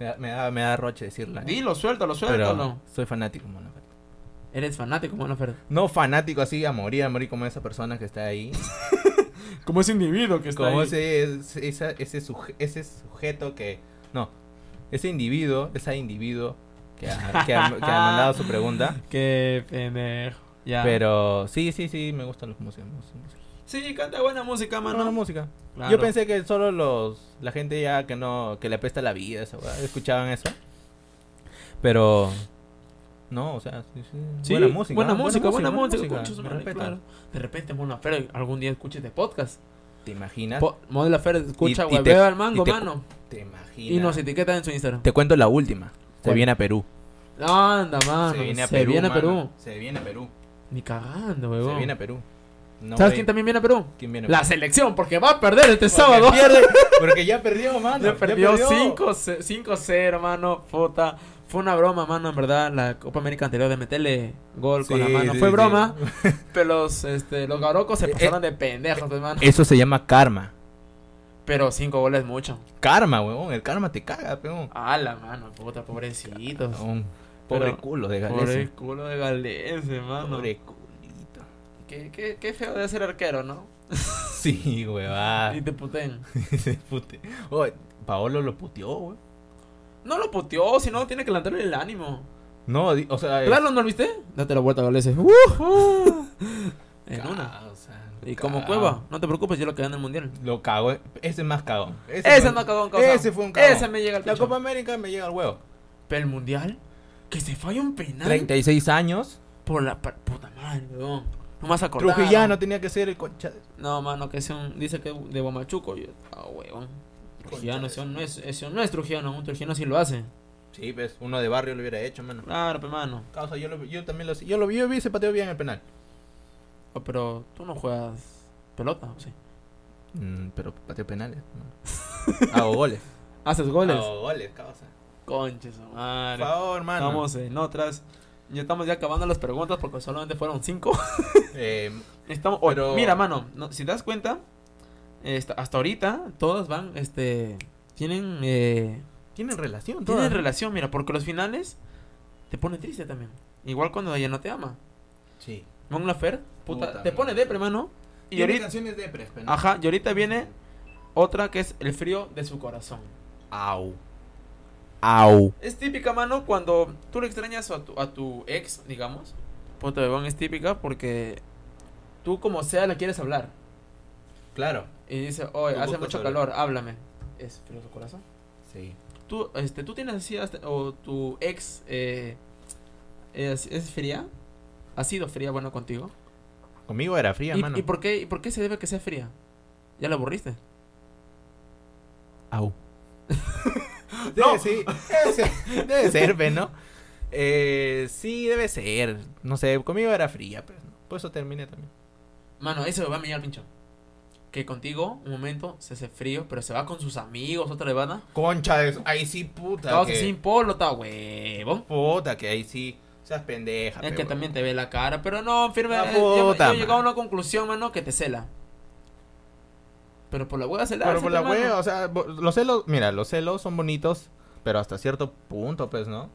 A: Me da, me da, me da roche decirla. ¿eh?
B: Dilo, suéltalo,
A: Pero
B: suéltalo.
A: soy fanático, Mon Laferte.
B: Eres fanático como Mon Laferte.
A: No fanático así a morir, a morir como esa persona que está ahí.
B: Como ese individuo que
A: como ese, ese, esa- ese, suje- ese sujeto que. No. Ese individuo, esa individuo que ha, que ha- que ha mandado su pregunta.
B: Ah. Qué pendejo. Ya.
A: Pero sí, sí, sí, me gustan los músicos. me gusta la música.
B: Sí, canta buena música,
A: Buena música.
B: Claro.
A: Yo pensé que solo los la gente ya que no que le apesta la vida esa weá, escuchaban eso. Pero no, o sea, sí, sí,
B: Sí,
A: buena música.
B: Buena
A: ah,
B: música, buena música. concha su
A: me
B: madre,
A: respeta.
B: claro. De repente, Mona Fer, algún día escuche este podcast.
A: ¿Te imaginas?
B: Po- Mona Fer escucha
A: Y- y te-
B: hueveo al mango,
A: y te-
B: mano.
A: Te imaginas.
B: Y nos etiqueta en su Instagram.
A: Te cuento la última. Se
B: ¿Cuál?
A: viene a Perú.
B: Anda, mano. Ah, Se viene a Perú.
A: mano. Se viene a Perú.
B: Ni cagando,
A: Se
B: huevón.
A: viene a Perú. No,
B: ¿Sabes
A: güey.
B: quién también viene a Perú?
A: ¿Quién viene a
B: La
A: Perú?
B: selección, porque va a perder este
A: Porque
B: sábado.
A: pierde, porque ya perdió, mano.
B: Le
A: ya
B: perdió 5-0, mano. Puta. Fue una broma, mano, en verdad. La Copa América anterior de meterle gol con la
A: Sí,
B: mano.
A: sí,
B: Fue
A: sí.
B: broma. Pero los, este, los garocos se
A: Eh,
B: pasaron de pendejos, hermano.
A: Eso se llama karma.
B: Pero cinco goles es mucho.
A: Karma, huevón. El karma te caga, peón.
B: A la mano, puta, pobrecitos.
A: Un pobre
B: Pero-
A: culo de Galés.
B: Pobre culo de Gales, hermano.
A: Pobre culito.
B: Qué, qué, qué feo de ser arquero, ¿no?
A: Sí, huevá.
B: Y te puteen.
A: Se pute. Oye, Paolo lo puteó, güey.
B: No lo puteó, si no, tiene que levantarle el ánimo.
A: No, di- o sea. eh,
B: Claro, ¿no lo viste? Date la vuelta, Gales.
A: es-
B: en una.
A: Ca- o sea,
B: Y como
A: cagao.
B: Cueva, no te preocupes, yo lo quedé en el mundial.
A: Lo cago. eh. Ese es más cagón.
B: Ese,
A: fue-
B: no acabó en causa.
A: Ese fue un cagón.
B: Ese me llega al
A: La
B: pecho.
A: Copa América me llega al huevo.
B: Pero el mundial, que se falla un penal.
A: 36 años.
B: Por la pa- puta madre, weón. No más acordado.
A: Trujillano tenía que ser el concha. de-
B: No, mano, que es un. Dice que de Guamachuco. Yo, ah, huevón. Trujillano, ese no es, ese no es Trujillano. Un Trujillano sí lo hace.
A: Sí, pues uno de barrio lo hubiera hecho, mano.
B: Claro, pero mano.
A: Causa, yo, lo- yo también lo yo lo vi, yo vi ese pateo bien el penal.
B: Oh, pero tú no juegas pelota, ¿o sí.
A: Mm, pero pateo penales. mano. Hago goles.
B: Haces goles.
A: Hago goles, causa.
B: Conches,
A: Por
B: madre.
A: favor, mano.
B: Estamos en otras. Ya estamos ya acabando las preguntas porque solamente fueron cinco.
A: Eh,
B: Estamos, oye,
A: Pero-
B: Mira, mano, no- si te das cuenta, esta- hasta ahorita todas van, este, tienen, eh,
A: tienen relación, todas.
B: tienen relación, mira, porque los finales te pone triste también. Igual cuando ella no te ama.
A: Sí.
B: Mon Lafer, puta,
A: Puta,
B: te
A: man.
B: pone depre, mano. Y
A: Tiene
B: ahorita,
A: canciones de Prespel, ¿no?
B: ajá, y ahorita viene otra que es el frío de su corazón.
A: Au. Au.
B: Es típica, mano, cuando tú le extrañas a tu, a tu ex, digamos. Puta, weón, es típica porque tú como sea le quieres hablar.
A: Claro.
B: Y dice, oye,
A: Tú
B: hace
A: buscas
B: mucho
A: hablar.
B: calor, háblame. Es frío su corazón.
A: Sí.
B: Tú, este, tú tienes así, hasta- o tu ex eh, es, es fría. ¿Ha sido fría, bueno, contigo?
A: Conmigo era fría,
B: ¿Y,
A: mano.
B: y por qué, y por qué se debe que sea fría? ¿Ya la aburriste?
A: Au. Debe, no. sí, debe ser, debe ser pe, ¿no? Eh, sí, debe ser. No sé, conmigo era fría, pero ¿no? por eso terminé también.
B: Mano, ese va a millar pincho. Que contigo, un momento, se hace frío, pero se va con sus amigos, otra levada.
A: Concha, de... ahí sí, puta.
B: Estabas que... sin polo, está huevo.
A: Puta, que ahí sí. Seas pendeja.
B: Es pe, que huevo. también te ve la cara, pero no, firme. Ah, puta, yo, yo llegué a una conclusión, mano, que te cela. Pero por la pues, hueva celar.
A: Pero por la mano. hueva, o sea, los celos, mira, los celos son bonitos, pero hasta cierto punto, pues, ¿no?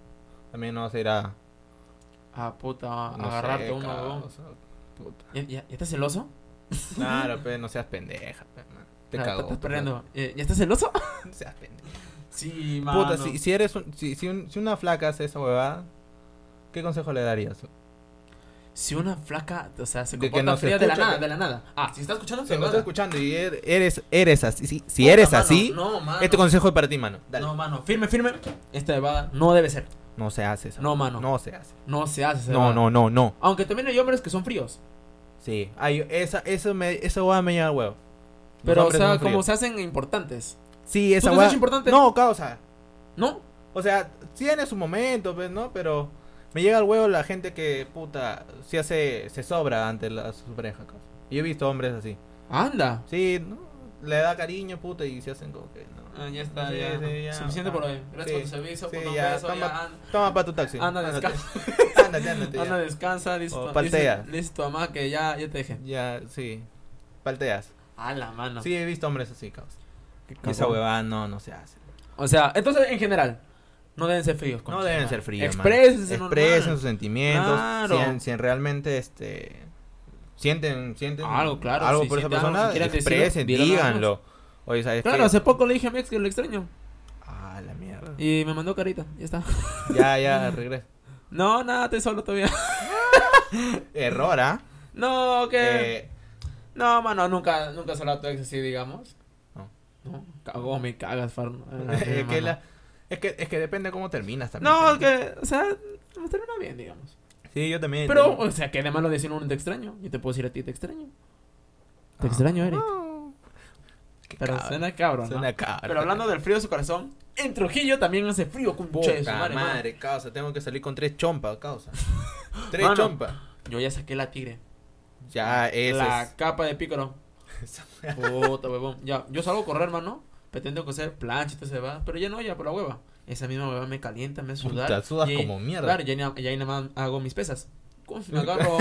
A: También no vas a ir a.
B: A Ah, puta, a no agarrarte sé, uno, cabrón. O sea, puta. ¿Ya, ya, ya estás celoso?
A: Claro, pues, no seas pendeja, pe, man. Te
B: ah,
A: cago.
B: Estás perdiendo. ¿Ya, ¿Ya estás celoso?
A: no seas pendeja.
B: Sí,
A: man. Puta, si, si eres un, si, si, un, si una flaca hace esa huevada, ¿qué consejo le darías?
B: si una flaca, o sea, se comporta de, no fría se escucha, de la nada, de la nada. Ah, si está escuchando,
A: se no está escuchando y er, eres eres así, si, si eres
B: mano,
A: así,
B: no, mano.
A: este consejo es para ti, mano.
B: Dale. No, mano, firme, firme. Esta bebada no debe ser.
A: No se hace esa.
B: No, mano.
A: No se hace.
B: No se hace esa
A: No,
B: bebada.
A: no, no, no.
B: Aunque también hay hombres que son fríos.
A: Sí, hay esa eso me esa hueá me lleva al huevo.
B: Los Pero o sea, como se hacen importantes.
A: Sí, esa
B: ¿Tú
A: hueá.
B: Te importante?
A: No, causa.
B: ¿No?
A: O sea, tiene su momento, pues, ¿no? Pero me llega al huevo la gente que, puta, se hace, se sobra ante la, su pareja. Yo he visto hombres así.
B: Anda.
A: Sí, no, le da cariño, puta, y se hacen como que, no.
B: Ah, ya está, sí, ya, sí, ya, Suficiente ah, por hoy. Gracias por tu servicio, sí, por un beso,
A: toma,
B: ya,
A: anda. Toma para tu taxi.
B: Anda, descansa.
A: ándate, ándate.
B: Anda, descansa, listo.
A: Palteas.
B: Listo, mamá, que ya, ya te dejé.
A: Ya, sí. Palteas.
B: A la mano.
A: Sí, he visto hombres así, cabrón. Y esa huevada no, no se hace.
B: O sea, entonces, en general, no deben ser fríos.
A: No deben ser fríos.
B: Exprésense
A: Expresen sus sentimientos. Claro. Si, si, realmente este sienten sienten
B: algo, claro,
A: algo si por esa persona, algo, si expresen, decirlo, díganlo. Oye, ¿sabes
B: claro,
A: qué?
B: hace poco le dije a mi ex que lo extraño.
A: Ah, la mierda.
B: Y me mandó carita, ya está.
A: ya, ya, regreso.
B: No, nada, estoy solo todavía.
A: Error, ¿ah? ¿eh?
B: No, que eh... No, mano, nunca nunca solo a tu ex así, digamos. No. No, cago, me cagas, Farno.
A: Eh, que la es que, es que depende de cómo terminas también.
B: No, que, o sea, me termina bien, digamos.
A: Sí, yo también.
B: Pero, tengo... o sea, que además lo decir uno te extraño. Yo te puedo decir a ti te extraño. Te ah, extraño, Eric. No. Pero cabrón. suena cabrón. ¿no?
A: Suena cabrón.
B: Pero hablando del frío de su corazón, en Trujillo también hace frío con
A: Poca de su madre, madre, madre, causa. Tengo que salir con tres chompas, causa. tres bueno, chompas.
B: Yo ya saqué la tigre.
A: Ya, es.
B: Ah, La capa de pícaro. Puta, huevón. Ya, yo salgo a correr, mano pretendo coser plancha y se va, pero ya no, ya por la hueva. Esa misma hueva me calienta, me sudar.
A: Puta, sudas y, como mierda.
B: Claro, ya, ya ahí nada más hago mis pesas. Me agarro.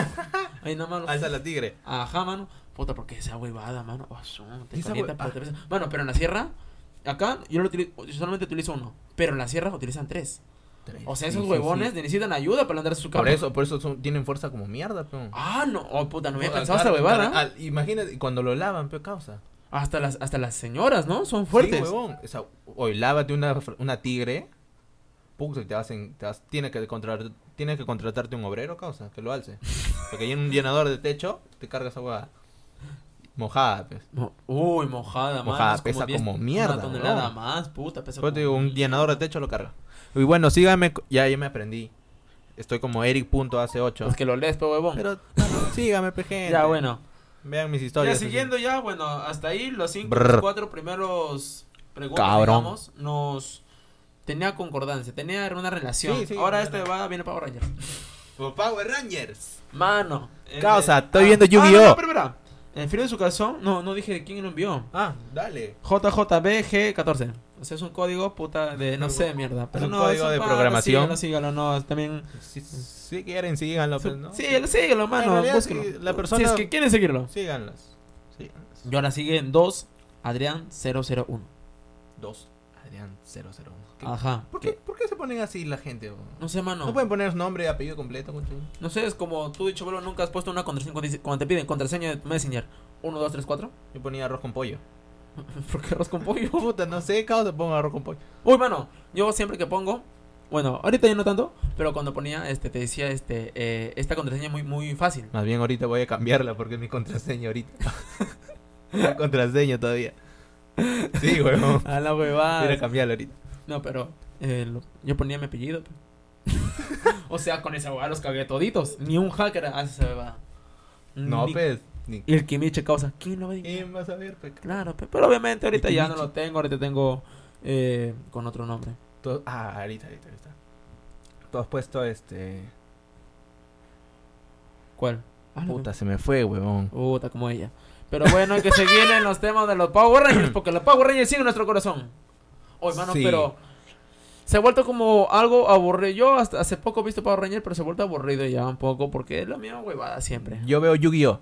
B: ahí nada más.
A: Alza la tigre.
B: Ajá, mano. Puta, porque esa huevada, mano. Oh, son, te calienta, pero te pesas. Bueno, pero en la sierra, acá yo, lo utilizo, yo solamente utilizo uno, pero en la sierra utilizan tres. tres. O sea, esos sí, huevones sí, sí. necesitan ayuda para andar a su
A: carro. Por eso, por eso son, tienen fuerza como mierda, peón.
B: Ah, no, oh, puta, no me había pensado esta huevada.
A: Al, imagínate, cuando lo lavan, peón, causa.
B: Hasta las, hasta las señoras, ¿no? Son fuertes.
A: Sí, huevón. O sea, hoy lávate una, una tigre. Puxa, y te hacen. Te vas, tienes, que contratar, tienes que contratarte un obrero, causa, que lo alce. Porque ahí en un llenador de techo te cargas agua Mojada, pues.
B: Mo Uy, mojada,
A: mojada
B: más.
A: pesa como, como mierda.
B: Una tonelada ¿no? más, puta, pesa
A: Pero Pues te digo, un llenador de techo lo carga. Y bueno, síganme. Ya, ya me aprendí. Estoy como Eric.ac8.
B: Es Pues que lo lees, pero huevón.
A: Pero, bueno, sígame, peje.
B: Ya, bueno.
A: Vean mis historias.
B: Ya siguiendo así. ya, bueno, hasta ahí los cinco, los cuatro primeros preguntas, Cabrón. digamos, nos tenía concordancia, tenía una relación. Sí, sí, Ahora este va viene Power Rangers.
A: Por Power Rangers.
B: Mano.
A: Causa, eh, estoy ah, viendo Yu-Gi-Oh.
B: Ah, no, el frío de su calzón, no, no dije de quién lo envió.
A: Ah, dale.
B: JJBG14. O sea, es un código puta de no sé, mierda. Pero
A: es un
B: no,
A: código
B: es
A: de programación.
B: Síganlo, síganlo, no, también.
A: Si, si quieren, síganlo, pero pues, no.
B: Sí, síguelo, mano,
A: realidad,
B: búsquelo.
A: si la persona-
B: Si es que quieren seguirlo.
A: Síganlos. Síganlos.
B: Y ahora sigue en 2, Adrián001.
A: Dos. Adrián 001. ¿Qué-
B: Ajá.
A: ¿Por qué, ¿Por qué se ponen así la gente? bro?
B: Ah, No sé, mano.
A: ¿No pueden poner su nombre y apellido completo? concho?
B: No sé, es como tú dicho, bro, nunca has puesto una contraseña cuando dice- cuando te piden contraseña de tu Messenger. 1, 2, 3, 4.
A: Yo ponía arroz con pollo.
B: ¿Por qué arroz con pollo?
A: Puta, no sé, causa, pongo arroz con pollo.
B: Uy, mano, yo siempre que pongo, bueno, ahorita ya no tanto, pero cuando ponía, este, te decía, este, eh, esta contraseña es muy, muy fácil.
A: Más bien ahorita voy a cambiarla porque es mi contraseña ahorita. La contraseña todavía. Sí, huevón.
B: A la huevada.
A: Voy a cambiarla ahorita.
B: No, pero eh, lo- yo ponía mi apellido. pe. o sea, con esa huevada los cagué toditos. Ni un hacker hace esa huevada.
A: No,
B: Ni-
A: pues. Ni...
B: Y el Kimiche causa, ¿quién lo va a adivinar?
A: ¿Quién vas a ver, pe?
B: Claro, pe- pero obviamente ahorita
A: El
B: ya no
A: Kimichi.
B: lo tengo, ahorita tengo eh, con otro nombre.
A: Todo, ah, ahorita, ahorita, ahorita. Tú has puesto este.
B: ¿Cuál? Ah, la-
A: Puta, se me fue, huevón.
B: Puta, como ella. Pero bueno, hay que seguir en los temas de los Power Rangers, porque los Power Rangers siguen en nuestro corazón. Oye, mano,
A: Sí.
B: pero se ha vuelto como algo aburrido. Yo hasta hace poco he visto Power Rangers, pero se ha vuelto aburrido ya un poco, porque es la misma huevada siempre.
A: Yo veo Yu-Gi-Oh!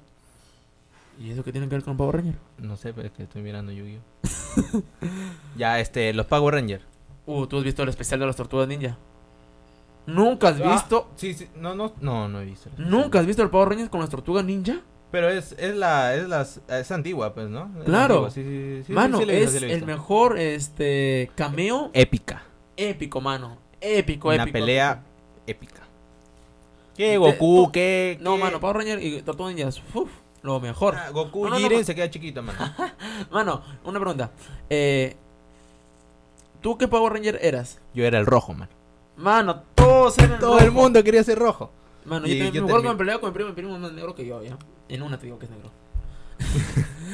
B: ¿Y eso qué tiene que ver con Power Rangers?
A: No sé, pero es que estoy mirando Yu-Gi-Oh! ya, este, los Power Rangers.
B: Uh, ¿tú has visto el especial de las Tortugas Ninja? ¿Nunca has
A: Ah,
B: visto?
A: Sí, sí, no, no, no, no he visto.
B: ¿Nunca has visto el Power Rangers con las Tortugas Ninja?
A: Pero es, es la, es las, es antigua, pues, ¿no? Es
B: Claro.
A: antigua, Sí, sí, sí, sí,
B: mano,
A: sí la he visto,
B: es
A: sí la he
B: el
A: visto.
B: mejor este cameo
A: Épica.
B: épico, mano. Épico,
A: Una
B: épico.
A: pelea épica. ¿Qué
B: Te-
A: Goku?
B: tú-
A: ¿Qué?
B: No,
A: qué-
B: mano, Power Rangers y Tortugas Ninjas. Uf, lo mejor.
A: Ah, Goku
B: No, no, no,
A: Jiren
B: ma-
A: se queda chiquito, mano.
B: Mano, una pregunta. Eh, ¿Tú qué Power Ranger eras?
A: Yo era el rojo, mano.
B: Mano, todos eran
A: Todo
B: rojo.
A: el mundo quería ser rojo.
B: Mano,
A: Y
B: yo también
A: yo
B: me acuerdo que
A: terminé-
B: me peleaba con mi primo, mi primo es más negro que yo, ya. En una te digo que es negro.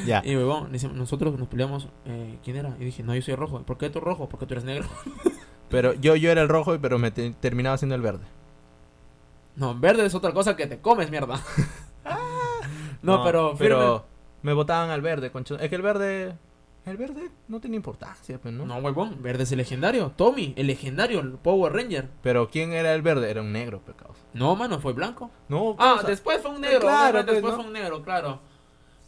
A: Ya.
B: Y huevón, dice, nosotros nos peleamos, eh, ¿quién era? Y dije, no, yo soy rojo. ¿Por qué tú rojo? Porque tú eres negro.
A: Pero yo, yo era el rojo, pero me te- terminaba siendo el verde.
B: No, verde es otra cosa que te comes, mierda. no, pero,
A: Ah. pero me votaban al verde, concha. Es que el verde. El verde no tenía importancia, pues, ¿no?
B: firme- No, huevón, verde es el legendario. Tommy, el legendario, el Power Ranger.
A: Pero ¿quién era el verde? Era un negro, pecados.
B: No, mano, fue blanco.
A: No,
B: Ah,
A: o sea,
B: después fue un negro.
A: claro,
B: obviamente,
A: pues,
B: después
A: ¿no?
B: fue un negro, claro.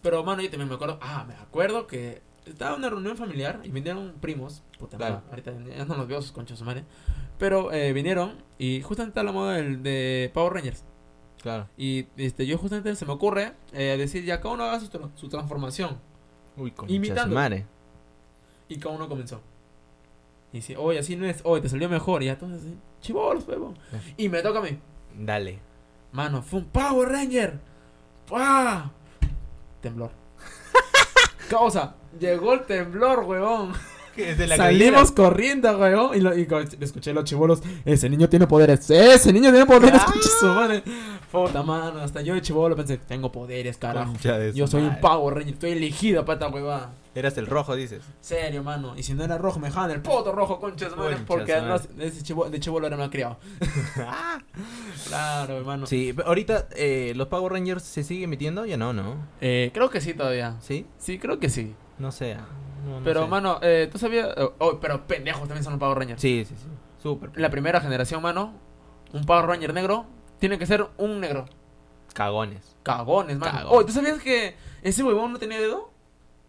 B: Pero, mano, yo también me acuerdo. Ah, me acuerdo que estaba en una reunión familiar y vinieron primos. Puta
A: Claro.
B: madre, ahorita ya no los veo sus conchas, su madre. Pero eh, vinieron y justamente estaba la moda del, de Power Rangers.
A: Claro.
B: Y este, yo justamente se me ocurre eh, decir, ya cada uno haga su, tra- su transformación.
A: Uy, concha
B: Imitando.
A: su madre.
B: Y cada uno comenzó. Y dice, oye, así no es, oye, te salió mejor. Y ya todos así, chivolos, huevo.
A: Sí.
B: Y me toca a mí.
A: Dale.
B: Mano, fue un Power Ranger. ¡Pah! Temblor. Causa, llegó el temblor, huevón. Salimos corriendo, huevón. Y, lo, y co- escuché a los chibolos. Ese niño tiene poderes. Ese niño tiene poderes.
A: Ah.
B: concha su madre. Puta mano, hasta yo de chibolo pensé, tengo poderes, carajo.
A: Concha de su
B: Yo soy un
A: madre.
B: Power Ranger, estoy elegido para esta huevada.
A: Eras el rojo, dices.
B: Serio, mano. Y si no era rojo, me dejaban el poto rojo, concha su madre.
A: Concha
B: Porque
A: su madre.
B: no- ese chivo, de chibolo era mal criado. Ah, claro, hermano.
A: Sí, pero ahorita eh, los Power Rangers se sigue emitiendo, ya no, ¿no?
B: Eh, creo que sí todavía.
A: ¿Sí?
B: Sí, creo que sí.
A: No sé. ah, no, no
B: Pero,
A: sé.
B: mano, eh, tú sabías. Oh, oh, pero pendejos también son los Power Rangers.
A: Sí, sí, sí. Súper.
B: La primera generación, mano, un Power Ranger negro tiene que ser un negro.
A: Cagones.
B: Cagones, mano.
A: Cagón.
B: Oh, ¿tú sabías que ese huevón no tenía dedo?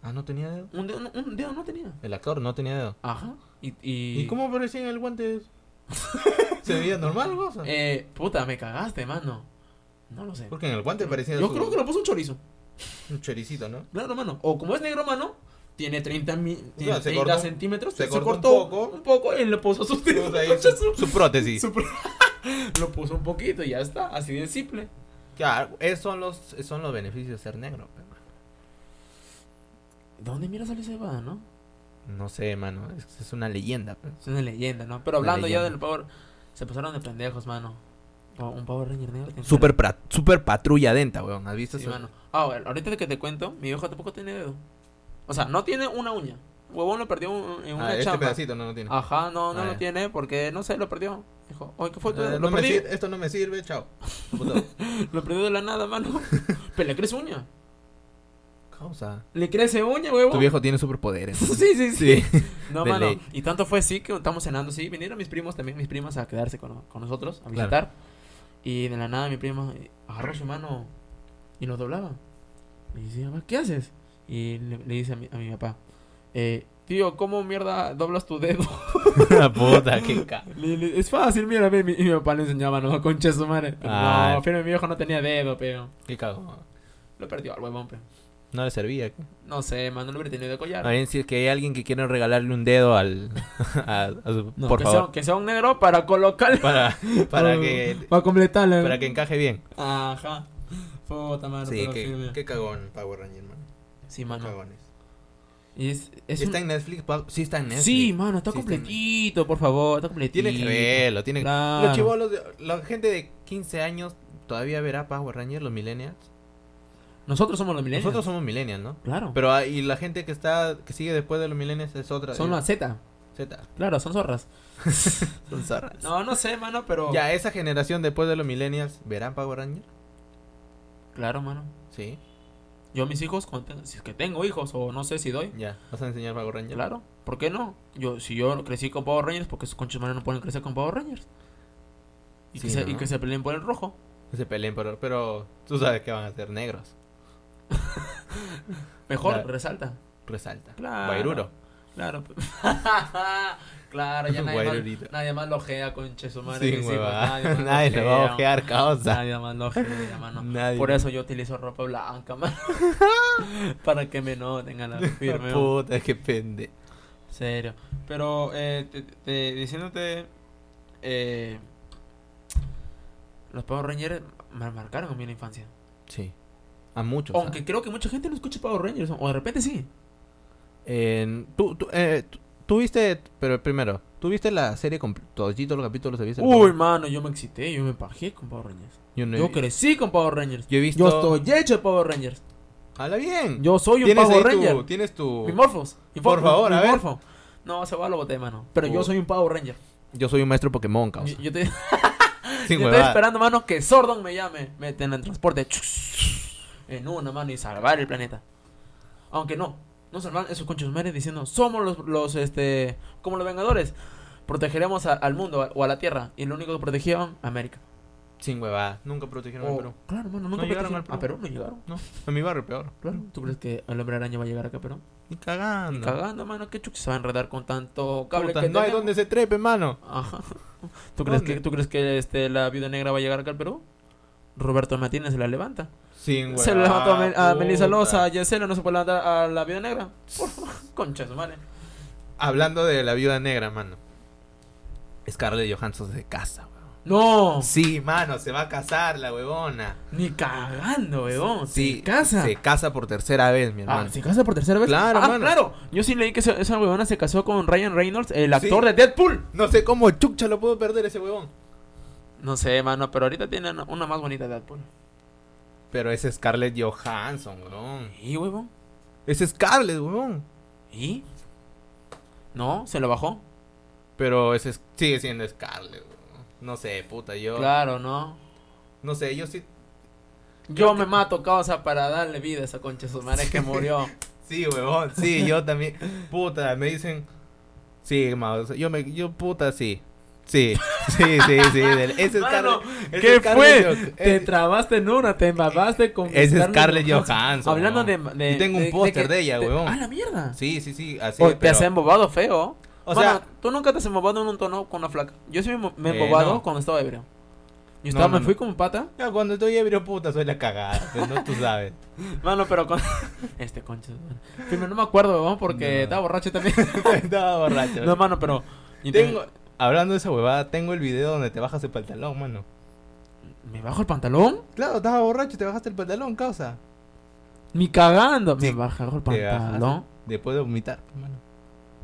A: Ah, ¿no tenía dedo?
B: Un dedo, no- un dedo no tenía.
A: El actor no tenía dedo.
B: Ajá. Y. y-
A: ¿Y cómo aparecía en el guante? ¿Se veía normal, cosa?
B: Eh, puta, me cagaste, mano. No lo sé.
A: Porque en el guante parecía
B: Yo
A: su-
B: creo que lo puso un chorizo.
A: un choricito, ¿no?
B: Claro, mano. O como es negro, mano, tiene 30, mi- tiene
A: se
B: 30
A: cortó-
B: centímetros.
A: se
B: Se,
A: cortó
B: cortó,
A: un poco.
B: un poco y le puso sus dedos.
A: Puso ahí su, su prótesis.
B: Su pro- lo puso un poquito y ya está, así de simple.
A: Claro, esos son los, son los beneficios de ser negro. pe, mano.
B: ¿De dónde mira sale ese va, no?
A: No sé, mano. Es, es una leyenda. pues. pe.
B: Es una leyenda, ¿no? Pero
A: Una
B: hablando ya
A: leyenda.
B: del Power. Se pasaron de pendejos, mano. O- un Power Ranger negro. tiene que
A: Super, pra- super patrulla denta, weón. ¿Has visto
B: ser- Sí,
A: eso?
B: mano. Ah, bueno, ahorita que te cuento, mi viejo tampoco tiene dedo. O sea, no tiene una uña. Huevón lo perdió un- en
A: Ah,
B: una
A: este
B: chamba.
A: pedacito no lo tiene.
B: Ajá, no, no
A: Ah,
B: lo
A: ya.
B: tiene porque no sé, lo perdió. Dijo, oye, ¿qué fue?
A: Eh,
B: lo
A: no me
B: perdí.
A: sir- esto no me sirve, chao. Puto.
B: Lo perdió de la nada, mano. Pero le crece uña.
A: Causa.
B: Le crece uña, huevón.
A: Tu viejo tiene superpoderes.
B: sí, sí, sí. No,
A: de
B: mano.
A: ley.
B: Y tanto fue así que estamos cenando, sí. Vinieron mis primos también, mis primas, a quedarse con, con nosotros, a
A: Claro.
B: visitar. Y de la nada mi prima eh, agarró su mano y lo doblaba. Y dice, "Papá, ¿qué haces? Y le, le dice a mi, a mi papá, eh, tío, ¿cómo mierda doblas tu dedo?
A: Puta, qué ca...
B: Le- le- es fácil, mira, ve. mi- Y mi papá le enseñaba, no, concha su madre. Pero
A: Ah.
B: No, firme, mi viejo no tenía dedo, pero
A: Qué cago.
B: lo perdió al huevón, pero.
A: No le servía.
B: No sé, mano, lo hubiera tenido de collar.
A: A ver si es que hay alguien que quiere regalarle un dedo al. a- a su-
B: No,
A: por
B: que,
A: favor.
B: Sea, que sea un negro para colocarle.
A: Para, para que.
B: Para completarle.
A: Para que encaje bien.
B: Ajá. Puta mano,
A: Sí,
B: pero
A: qué,
B: firme.
A: qué cagón Power Ranger, man.
B: Sí, mano.
A: Cagones.
B: Y es, Ah, es
A: ¿Está
B: un-
A: en Netflix? Pa- Sí, está en Netflix.
B: Sí, mano, está
A: Sí, está en-
B: completito, por favor, está completito.
A: Tiene que verlo, tiene que
B: Claro.
A: Los chivolos, de- la gente de 15 años todavía verá Power Ranger, los millennials.
B: Nosotros somos los milenios.
A: Nosotros somos millennials, ¿no?
B: Claro.
A: Pero ah, y la gente que está que sigue después de los millennials es otra.
B: Son
A: eh,
B: la Z.
A: Z.
B: Claro, son zorras. eh.
A: Son zorras.
B: No, no sé, mano, pero.
A: Ya, esa generación después de los millennials, ¿verán Power Ranger?
B: Claro, mano.
A: Sí.
B: Yo a mis hijos, cuando tenga- si es que tengo hijos o no sé si doy.
A: Ya, ¿vas a enseñar Power Ranger?
B: Claro, ¿por qué no? Yo, si yo crecí con Power Rangers, porque sus conchas manos no pueden crecer con Power Rangers. Y, que
A: Sí,
B: se, y
A: ¿no?
B: que se peleen por el rojo.
A: Que se peleen, pero, pero tú sabes que van a ser negros.
B: Mejor,
A: Claro.
B: resalta.
A: Resalta.
B: Claro.
A: Guairuro.
B: Claro. claro, ya nadie
A: Guairurito.
B: más, nadie más lo ojea, conche su madre.
A: Sin
B: mis hijos,
A: hueva.
B: nadie más lo
A: Nadie le va a
B: ojea.
A: ojear, causa.
B: Nadie más lo ojea, mano.
A: Nadie.
B: Por eso yo utilizo ropa blanca, mano. Para que me noten a la firme. mano.
A: Puta, qué pende.
B: Serio. Pero eh, te- te- diciéndote. eh, los Power Rangers me marcaron a mí en la infancia.
A: Sí. A muchos. ¿ah?
B: Aunque creo que mucha gente no escucha Power Rangers. O de repente sí.
A: En- tú, tú, eh, tú- tú viste, pero primero, ¿tú viste la serie con todos los capítulos? ¿Te viste el
B: Uy,
A: primero?
B: mano, yo me excité. Yo me pajé con Power Rangers.
A: yo, no he
B: Yo
A: vi-
B: crecí con Power Rangers.
A: yo he visto.
B: Yo estoy hecho de Power Rangers.
A: Habla bien.
B: Yo soy un
A: tienes
B: Power
A: ahí tu-
B: Ranger.
A: Tienes tu.
B: Mi Morphos. Mi
A: Por
B: Morphos,
A: favor,
B: mi
A: a ver.
B: Morpho. No, se va lo boté, mano. Pero yo
A: Uy.
B: soy un Power Ranger.
A: Yo soy un maestro Pokémon, causa.
B: Yo, yo te-
A: Sin
B: yo estoy
A: huevada.
B: esperando, mano, que Sordon me llame. Meten en transporte. En una mano y salvar el planeta. Aunque no. No salvan esos conchos mares diciendo, somos los, los, este, como los Vengadores. Protegeremos a- al mundo a- o a la Tierra. Y lo único que protegían, América.
A: Sin huevada. Nunca protegieron a
B: O-
A: Perú.
B: Oh, Claro, mano,
A: No
B: nunca
A: llegaron
B: protegieron.
A: al Perú.
B: A Perú no llegaron.
A: No, a mi barrio peor.
B: Claro. ¿Tú crees que el hombre araña va a llegar acá a Perú?
A: Ni cagando.
B: Cagando, mano, que chucha se va a enredar con tanto cable
A: Puta,
B: que
A: no hay
B: tenemos?
A: donde se trepe, mano.
B: Ajá. ¿Tú crees,
A: ¿Dónde?
B: que, ¿Tú crees que este, la viuda negra va a llegar acá al Perú? Roberto Martínez se la levanta.
A: Sin huevada.
B: se la levantó a, Mel- a Melissa
A: puta.
B: Loza, a Yesenia, no se puede levantar a la viuda negra. Por- Concha de su madre.
A: Hablando de la viuda negra, mano. Scarlett Johansson se casa, weón.
B: No,
A: Sí, mano, se va a casar la huevona.
B: ni cagando, weón.
A: Sí,
B: se casa.
A: Se casa por tercera vez, mi
B: Ah,
A: hermano.
B: se casa por tercera vez.
A: Claro,
B: ah,
A: mano.
B: claro. Yo sí leí que esa, esa huevona se casó con Ryan Reynolds, el actor
A: Sí.
B: de Deadpool.
A: No sé cómo chucha lo puedo perder ese huevón.
B: No sé, mano, pero ahorita tienen una más bonita de Deadpool.
A: Pero es Scarlett Johansson, huevón.
B: ¿Y, huevón?
A: Es Scarlett, huevón.
B: ¿Y? No, se lo bajó.
A: Pero es, es- sigue siendo Scarlett, huevón. No sé, puta, yo.
B: Claro, no.
A: No sé, yo sí.
B: Yo me mato, causa, para darle vida a esa concha de su madre que murió.
A: Sí, huevón. Sí, yo también. Puta, me dicen. Sí, ma, o sea, yo me. Yo, puta, sí. Sí, sí, sí, sí. del- Es
B: Mano,
A: Scarlett. es
B: ¿Qué
A: Scarlett
B: fue?
A: Jo-
B: Te
A: es-
B: trabaste en una, te embabaste con.
A: Es
B: Scarlett
A: Scarlett
B: Johansson.
A: Johansson.
B: Hablando de,
A: huevón.
B: de-
A: Y tengo un
B: de-
A: póster
B: que-
A: de ella, huevón.
B: Ah, la mierda.
A: Sí, sí, sí. Así.
B: Oye, te
A: pero-
B: has embobado feo.
A: O
B: Mano,
A: sea,
B: tú nunca te has embobado en un tono con una flaca. Yo sí me embo- me he
A: Eh,
B: embobado
A: no.
B: cuando estaba ebrio. Yo
A: No,
B: estaba,
A: no,
B: me
A: no.
B: fui como pata.
A: ya cuando estoy ebrio, puta, soy la cagada. pues, no, tú sabes.
B: Mano, pero con. Este concha. de su madre. Primero no me acuerdo, huevón, porque
A: No.
B: estaba borracho también.
A: Estaba borracho.
B: no, mano, pero. yo
A: tengo, hablando de esa huevada, tengo el video donde te bajas el pantalón, mano.
B: ¿Me bajo el pantalón?
A: Claro, estaba borracho y te bajaste el pantalón, causa.
B: Ni cagando.
A: Sí.
B: Me bajo el
A: Te bajaste.
B: pantalón.
A: Después de vomitar, mano.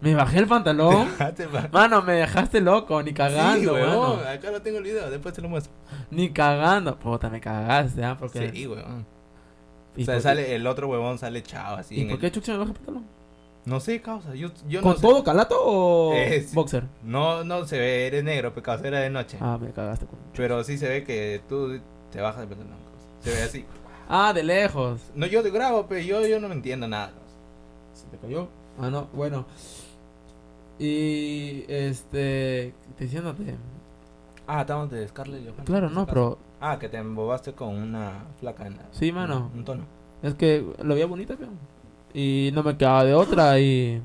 B: Me bajé el pantalón.
A: Bajaste el pantalón.
B: Mano, me dejaste loco, ni
A: sí,
B: cagando,
A: huevón.
B: mano.
A: Acá lo tengo el video, después te lo muestro.
B: Ni cagando. Puta, me cagaste, ¿ah? Porque...
A: Sí, huevón.
B: ¿Y
A: O sea,
B: por-
A: sale, el otro huevón sale chao así.
B: ¿Y
A: en
B: por
A: el-
B: qué Chucha me baja el pantalón?
A: No sé, causa. Yo, yo
B: ¿Con
A: no sé.
B: todo calato o
A: Eh, sí.
B: boxer?
A: No, no se ve, eres negro, pues, causa, era de noche.
B: Ah, me cagaste. con-
A: Pero sí se ve que tú te bajas el pantalón, causa. Se ve así.
B: Ah, de lejos.
A: No, yo te grabo, pero yo, yo no me entiendo nada.
B: ¿Se te cayó? Ah, no, bueno. Y, este... Diciéndote...
A: Ah, estamos de Scarlett Johansson.
B: Claro, no, pero...
A: Ah, que te embobaste con una flaca en la...
B: Sí, mano.
A: Un tono.
B: Es que lo veía bonita, peón. Y no me quedaba de otra y...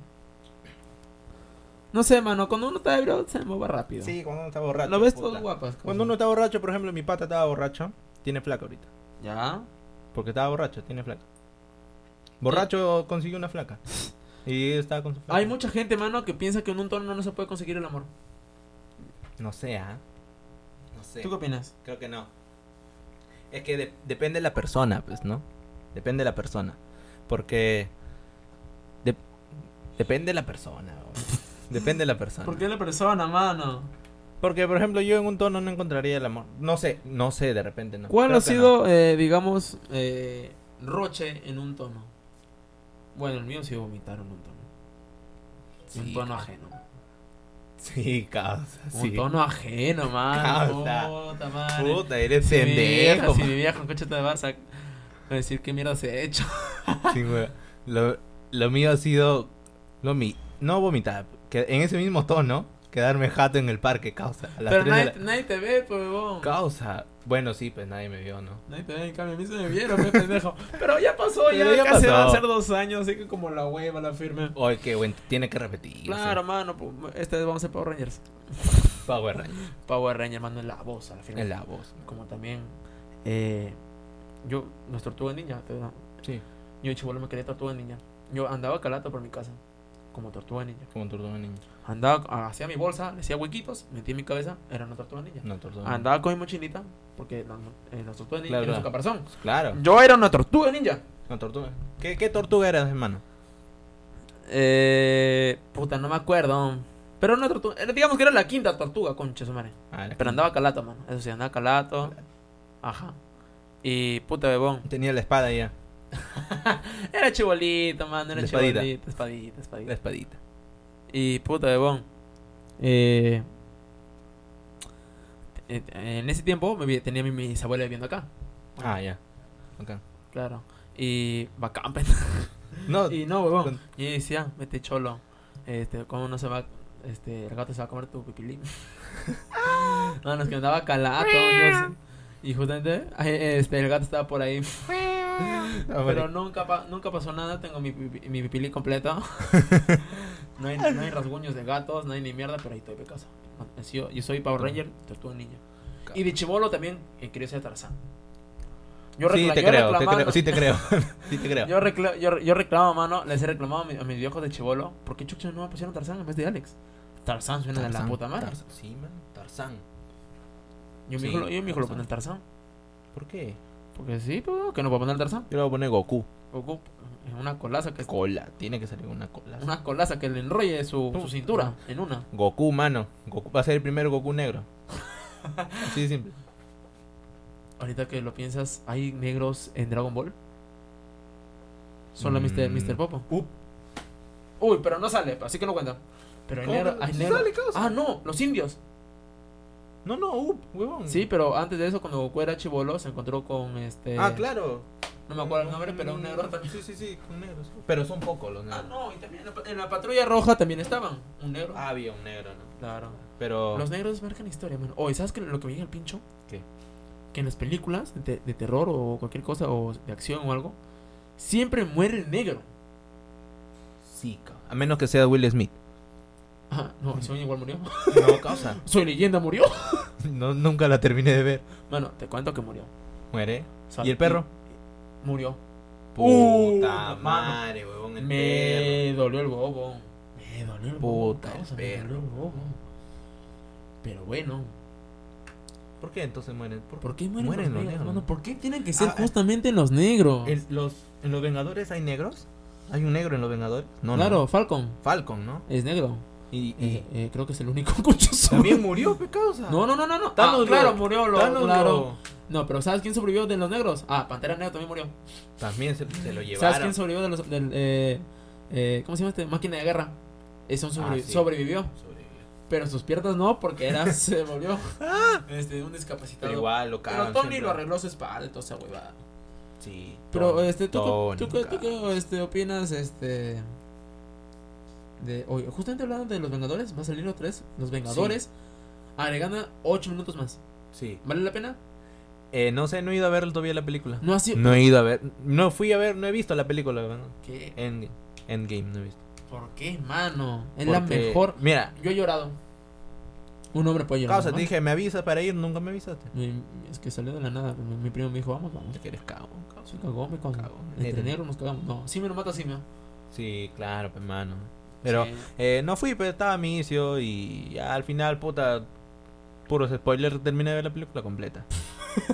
B: No sé, mano, cuando uno está ebrio se mueve rápido.
A: Sí, cuando uno está borracho.
B: Lo ves
A: puta.
B: todo guapas.
A: Cuando uno está borracho, por ejemplo, mi pata estaba borracho. Tiene flaca ahorita.
B: Ya.
A: Porque estaba borracho, tiene flaca.
B: Eh.
A: Borracho consiguió una flaca. Y estaba con su flaca.
B: Hay mucha gente, mano, que piensa que en un tono no se puede conseguir el amor.
A: No sé, ¿ah? No sé.
B: ¿Tú qué opinas?
A: Creo que no. Es que de- depende de la persona, pues, ¿no? Depende de la persona. Porque... de- depende de la persona. güey. Depende de la persona.
B: Porque es la persona, mano.
A: Porque, por ejemplo, yo en un tono no encontraría el amor. No sé, no sé, de repente no.
B: ¿Cuál
A: Creo
B: ha
A: que no.
B: sido, eh, digamos, eh, roche en un tono? Bueno, el mío sí vomitaron un tono.
A: Sí,
B: un tono
A: claro.
B: ajeno.
A: Sí, causa.
B: Un
A: Sí.
B: tono ajeno, mano.
A: Causa.
B: Puta madre.
A: Puta, eres
B: si mi vieja,
A: pendejo.
B: si
A: man.
B: mi vieja escucha esta barra, va a decir qué mierda se ha hecho.
A: Sí, güey. Lo, lo mío ha sido. Lo mi... No vomitar. Que en ese mismo tono, quedarme jato en el parque, causa. A las
B: Pero
A: tres de
B: nadie,
A: la-
B: nadie te ve, pues, huevón.
A: Causa. Bueno, sí, pues nadie me vio, ¿no?
B: Nadie te ve, en cambio, a mí se me vieron, pues, pendejo. Pero ya pasó, ya,
A: Pero ya
B: casi
A: pasó.
B: van a ser dos años, así que como la hueva, la firme.
A: Oye, qué bueno, tiene que repetir.
B: Claro, mano, pues, esta vez vamos a ser Power Rangers.
A: Power Rangers,
B: Power Rangers, mano, en la voz, a la firme.
A: en la voz.
B: Como también, eh, yo, las tortugas ninja, te-
A: Sí,
B: yo de chibolo me quería tortuga ninja. Yo andaba calato por mi casa, como tortuga ninja.
A: como tortuga niña.
B: Andaba, ah, hacía mi bolsa, le hacía huequitos, metía en mi cabeza, era una tortuga ninja.
A: No, tortuga niña.
B: Andaba con mi mochilita, porque la- eh, las tortugas ninja
A: Claro,
B: tienen su
A: claro.
B: caparazón.
A: Claro,
B: Yo era una tortuga ninja.
A: no, tortuga. ¿Qué, qué tortuga eras, hermano?
B: Eh, puta, no me acuerdo. Pero una tortuga, era- digamos que era la quinta tortuga, concha su madre.
A: Ah, la-
B: Pero andaba calato, mano. Eso sí, andaba calato. Ajá. Y puta bebón.
A: Tenía la espada ya,
B: Era chibolito, mano. Era
A: La espadita.
B: chibolito. Espadita, espadita.
A: la espadita.
B: Y puta bebón. Eh, eh, en ese tiempo me vi- tenía mi, mis abuelos viviendo acá.
A: Ah, ya. Acá.
B: Claro. Y bacán, pe-
A: No,
B: Y no, huevón.
A: Con-
B: Y ella decía, mete cholo. Este, ¿cómo no se va? Este, el gato se va a comer tu pipilín. no, nos quedaba calato. yo sé. y justamente, eh, este, el gato estaba por ahí.
A: no,
B: Pero
A: pero...
B: nunca, pa- nunca pasó nada, tengo mi, pipi- mi pipilín completo. no, hay, no hay rasguños de gatos, no hay ni mierda, pero ahí estoy pecaso. Yo, yo soy Power Ranger, tortuga ninja. Y de chivolo también eh, quería ser Tarzán. Yo
A: Sí,
B: recla-
A: te
B: yo
A: creo, te
B: reclamaba-
A: creo, sí te creo. sí te creo.
B: yo, recla- yo, yo reclamo, mano. Les he reclamado a, mi- a mis viejos de chivolo. ¿Por qué chucha no me pusieron Tarzán en vez de Alex? Tarzán suena de la puta madre.
A: Tarzán. Sí, man, Tarzán.
B: Yo a mi
A: Sí,
B: hijo, lo- yo a mi hijo lo
A: Tarzán.
B: ponen Tarzán.
A: ¿Por qué?
B: Porque sí, pero que no va a poner Tarzán.
A: Yo le voy a poner Goku.
B: Goku, en una colaza que
A: Cola, tiene que salir una cola.
B: una colaza que le enrolle su, su cintura en una.
A: Goku, mano. Goku va a ser el primero Goku negro. Así de simple.
B: Ahorita que lo piensas, ¿hay negros en Dragon Ball? Solo Mr.
A: Mm.
B: Mr. Popo.
A: Uh.
B: Uy, pero no sale, así que no cuenta. Pero hay
A: ¿Cómo
B: negro,
A: que no?
B: hay
A: Sí
B: negro.
A: sale, causa.
B: Ah, no, los indios.
A: No, no, up, huevón.
B: Sí, pero antes de eso, cuando Goku era chivolo, se encontró con este.
A: Ah, claro.
B: No me acuerdo el nombre, pero un negro también.
A: Sí, sí, sí, un negro. sí. Pero son pocos los
B: Ah,
A: negros.
B: no, y también en la- en la patrulla roja también estaban. Un negro.
A: Ah, había un negro, ¿no?
B: claro.
A: Pero.
B: Los negros marcan historia, mano. Oye, ¿sabes que lo que me llega el pincho?
A: Oh. ¿Qué?
B: Que en las películas de, te- de terror o cualquier cosa o de acción o algo, siempre muere el negro.
A: Sí, causa. A menos que sea Will Smith.
B: Ah, no, Soy igual murió.
A: No, causa.
B: Soy leyenda murió.
A: No, nunca la terminé de ver.
B: Bueno, te cuento que murió.
A: Muere.
B: O sea,
A: ¿Y el perro?
B: Murió. Puta
A: huevón.
B: Uh, Me dolió el bobo. Me dolió el bobo.
A: Puta, el
B: causa, me
A: perro.
B: dolió el bobo. Pero bueno,
A: ¿Por qué entonces mueren? ¿Por,
B: ¿por qué mueren,
A: Mueren
B: los
A: los
B: negros?
A: negros.
B: mano? ¿Por qué tienen que ser
A: Ah,
B: justamente los negros?
A: ¿En los, ¿En los Vengadores hay negros? ¿Hay un negro en los Vengadores? No, no.
B: claro, Falcon
A: Falcon, ¿no?
B: es negro.
A: Y,
B: Eh,
A: y
B: eh, creo que es el único cuchoso.
A: también murió, ¿qué causa?
B: No, no, no, no, no. Ah,
A: Thanos lo-
B: claro, murió lo,
A: Thanos
B: claro.
A: lo-
B: No, pero ¿sabes quién sobrevivió de los negros? Ah, Pantera Negra también murió.
A: También se, se lo
B: ¿Sabes
A: llevaron.
B: quién sobrevivió de los del eh, eh, ¿cómo se llama este? Máquina de guerra. Eso sobrevi-
A: Ah, sí.
B: sobrevivió,
A: Sobrevivió.
B: pero sus piernas no porque era se volvió este un discapacitado.
A: Pero igual lo
B: Pero
A: cagan
B: Tony
A: siempre.
B: lo arregló su espalda, y toda esa huevada.
A: Sí.
B: Pero
A: Tony,
B: este, ¿tú, qué-
A: Tony,
B: tú, qué- tú
A: cagan.
B: qué este, opinas este de oye, justamente hablando de los Vengadores, va a salir otra vez, los Vengadores agregando 8 minutos más.
A: Sí.
B: ¿Vale la pena?
A: Eh, no sé, no he ido a ver todavía la película.
B: No ha sido
A: No he ido a ver. No fui a ver, no he visto la película. ¿no?
B: ¿Qué?
A: Endgame, Endgame, no he visto.
B: ¿Por qué, mano? Es la
A: Porque-
B: mejor.
A: Mira,
B: Yo he llorado. Un hombre puede llorar.
A: causa,
B: ¿no?
A: te dije, me avisas para ir, nunca me avisaste.
B: Mi- Es que salió de la nada. Mi, mi primo me dijo, vamos, vamos.
A: Te quieres cago, causa.
B: Se cagó, me cagó.
A: Cagó.
B: Entre negro nos cagamos. No, sí me lo mata, sí me.
A: Sí, claro, hermano. Pero
B: Sí.
A: Eh, no fui, pero estaba a mi inicio y ya al final, puta, puros spoilers, terminé de ver la película completa.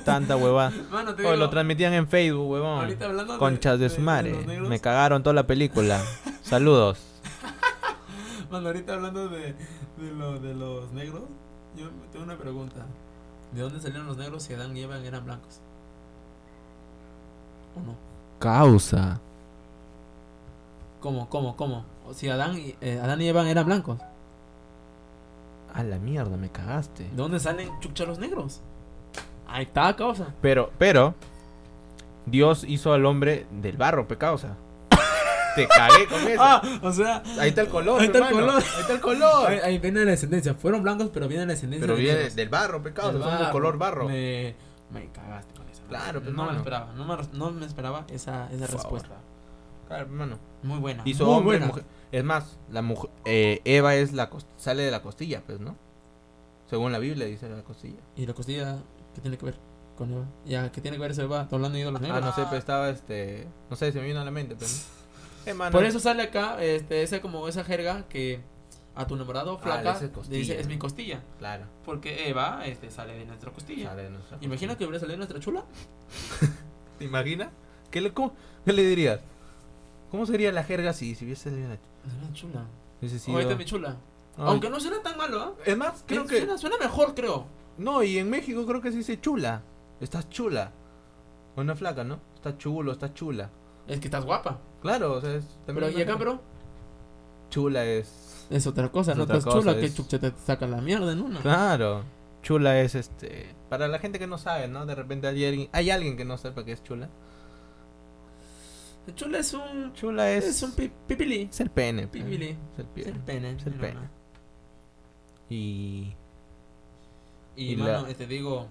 A: Tanta huevada.
B: Mano, te
A: Oye,
B: digo,
A: lo transmitían en Facebook, huevón.
B: ahorita hablando de-
A: Conchas de su madre.
B: los negros,
A: Me cagaron toda la película. Saludos.
B: Mano, ahorita hablando de, de, lo- de los negros, yo tengo una pregunta. ¿De dónde salieron los negros si Adán y Eva eran blancos? ¿O no?
A: Causa.
B: ¿Cómo, cómo, cómo? O Si Adán y, eh, Adán y Eva eran blancos.
A: a la mierda, me cagaste.
B: ¿De dónde salen chucha los negros? Ahí está, causa.
A: Pero, pero, Dios hizo al hombre del barro, pe causa. Te cagué con eso.
B: Ah, o sea,
A: ahí está el color,
B: ahí está el
A: hermano.
B: color.
A: Ahí está el color.
B: ahí, ahí viene la descendencia. Fueron blancos, pero viene la descendencia.
A: Pero
B: de
A: viene
B: negros.
A: del barro, pe causa,
B: Del
A: somos
B: barro.
A: color barro.
B: Me, me cagaste con esa.
A: Claro, pues, pero
B: no me
A: hermano.
B: lo esperaba. No me, no me esperaba esa, esa
A: Por favor.
B: respuesta.
A: Claro, hermano.
B: Muy buena.
A: Hizo
B: muy
A: hombre,
B: buena.
A: mujer. Es más, la mujer, eh, Eva es la cos- sale de la costilla, pues, ¿no? Según la Biblia dice la costilla.
B: ¿Y la costilla qué tiene que ver con Eva? Ya, ¿qué tiene que ver eso Eva? Está hablando de ídolos
A: Ah,
B: negros.
A: no sé, pero estaba este. No sé, se me vino a la mente, pero. ¿no? Hermano,
B: Por eso sale acá este, esa, como esa jerga que a tu enamorado
A: Ah,
B: flaca
A: le dices
B: le
A: costilla.
B: dice es mi costilla.
A: Claro.
B: Porque Eva este, sale de nuestra costilla.
A: sale de nuestra
B: Imagina
A: costilla.
B: que hubiera salido de nuestra chula.
A: ¿Te imaginas? ¿Qué le, cómo- qué le dirías? ¿Cómo sería la jerga si, si hubiese salido una
B: No era chula.
A: hubiese
B: O
A: sido-
B: ahí está mi chula.
A: Ay,
B: Aunque no suena tan malo, ¿ah?
A: Es más, creo
B: Eh,
A: que.
B: Suena, suena mejor, creo.
A: No, y en México creo que se dice chula. Estás chula. Una flaca, ¿no? Estás chulo, estás chula.
B: Es que estás guapa.
A: Claro, o sea, es.
B: Pero, ¿y
A: una-
B: acá, pero?
A: Chula es.
B: Es otra cosa,
A: Es
B: no
A: otra
B: estás
A: cosa,
B: chula que
A: es-
B: chucha te saca la mierda en una.
A: Claro. Chula es este. Para la gente que no sabe, ¿no? De repente hay alguien, hay alguien que no sepa qué es chula.
B: Chula es un.
A: Chula es.
B: Es, un pi- pipili.
A: Es el pene. pe.
B: Pipili.
A: Es el
B: Es
A: pene.
B: el pene.
A: Es el
B: no,
A: pene.
B: no.
A: Y.
B: Y,
A: Y
B: mano,
A: la-
B: eh, te digo.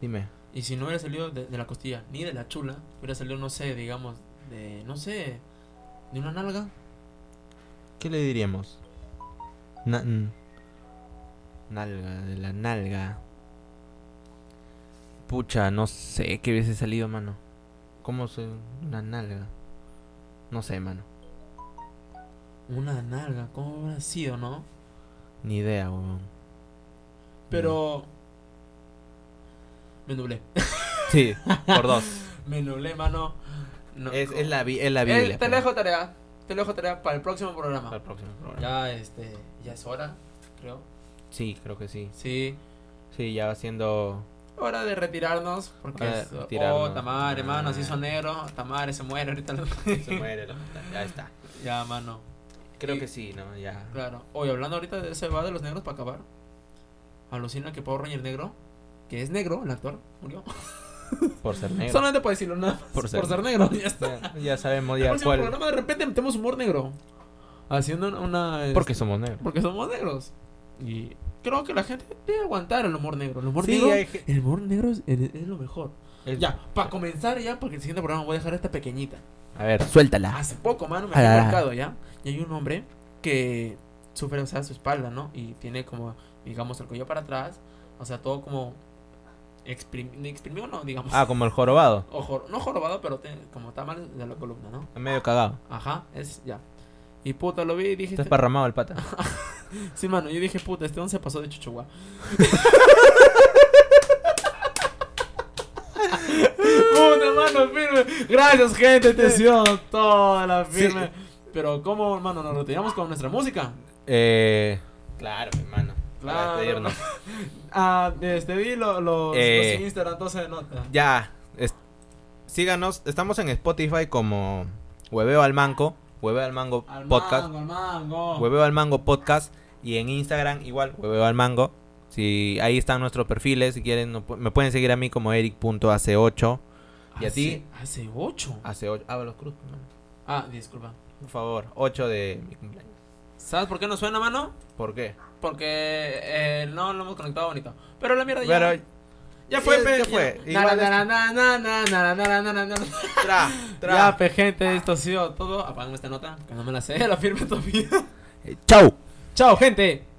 A: Dime.
B: Y si no hubiera salido de, de la costilla, ni de la chula, hubiera salido, no sé, digamos, de. No sé. De una nalga.
A: ¿Qué le diríamos? Na- mm. nalga, de la nalga. Pucha, no sé qué hubiese salido, mano. ¿Cómo se... una nalga? No sé, mano.
B: Una nalga, ¿cómo hubiera sido, no?
A: Ni idea, weón. Mm.
B: Pero. Me nublé.
A: Sí, por dos.
B: Me nublé, mano. No,
A: es,
B: co-
A: es la, bi- es la
B: Eh,
A: Biblia.
B: te
A: pero-
B: dejo tarea. Te dejo tarea para el próximo programa.
A: Para el próximo programa.
B: Ya, este, ya es hora, creo.
A: Sí, creo que sí.
B: Sí,
A: Sí, ya va siendo...
B: hora de retirarnos porque
A: Hora de
B: es-
A: retirarnos.
B: oh, Tamar, hermano, se hizo
A: Ah.
B: negro, Tamar se muere ahorita.
A: Se muere la puta, Ya está.
B: ya, mano.
A: Creo
B: Y-
A: que sí, ¿no? Ya.
B: Claro. Hoy hablando ahorita de ese va de los negros para acabar. Alucina que Power Ranger negro, que es negro, el actor murió.
A: Por ser negro.
B: Solamente para decirlo nada más,
A: Por
B: por
A: ser
B: ser, negro, ya está.
A: Ya, ya sabemos
B: el
A: ya
B: próximo
A: cuál.
B: programa de repente metemos humor negro. Haciendo una, una, este,
A: Porque somos negros.
B: Porque somos negros. Y creo que la gente debe aguantar el humor negro. El humor
A: Sí,
B: negro,
A: hay ge-
B: el humor negro es, es- es lo mejor.
A: Es-
B: Ya, para comenzar ya, porque el siguiente programa voy a dejar esta pequeñita.
A: A ver, suéltala.
B: Hace poco, mano, me
A: Ah,
B: fui
A: ah,
B: al
A: ah.
B: mercado ya. Y hay un hombre que sufre, o sea, su espalda, ¿no? Y tiene como, digamos, el cuello para atrás. O sea, todo como exprim- exprimido, no, digamos.
A: Ah, como el jorobado.
B: O jor- no jorobado, pero tiene- como está mal de la columna, ¿no?
A: Medio cagado.
B: Ajá, es ya. Y puta, lo vi y dije...
A: Está
B: "Este-
A: esparramado el pata.
B: Sí, mano, yo dije, puta, este don se pasó de chuchuá. puta, mano, firme. Gracias, gente, te sigo toda la firme. Pero, ¿cómo, hermano? Nos retiramos con nuestra música.
A: Eh. Claro, hermano. Para
B: Claro.
A: despedirnos.
B: Ah, este, di lo- los,
A: Eh.
B: los Instagram, todo se nota.
A: Ya. es- Síganos. Estamos en Spotify como Hueveo al Manco. Hueveo al Mango
B: Al
A: Podcast.
B: mango, al mango.
A: Hueveo al Mango Podcast. Y en Instagram igual, Hueveo al Mango. Si ahí están nuestros perfiles, si quieren, no pu- me pueden seguir a mí como eric.ac8. ¿Y a
B: Hace-
A: ti?
B: Hace ocho.
A: AC8. Ábalos Cruz, hermano.
B: Ah, disculpa.
A: Por favor, 8 de mi cumpleaños.
B: ¿Sabes por qué no suena, mano?
A: ¿Por qué?
B: Porque eh, no lo hemos conectado bonito. Pero la mierda ya...
A: Pero
B: Ya fue,
A: Ya-
B: pe.
A: ya fue.
B: ya.
A: Igual
B: Na, na, na, na, na, na, na, na, na, na, na, na.
A: Tra, tra.
B: Ya, pe, gente, esto ha sido todo. Apagan esta nota, que no me la sé, la firme todavía.
A: Chau.
B: Chao, gente.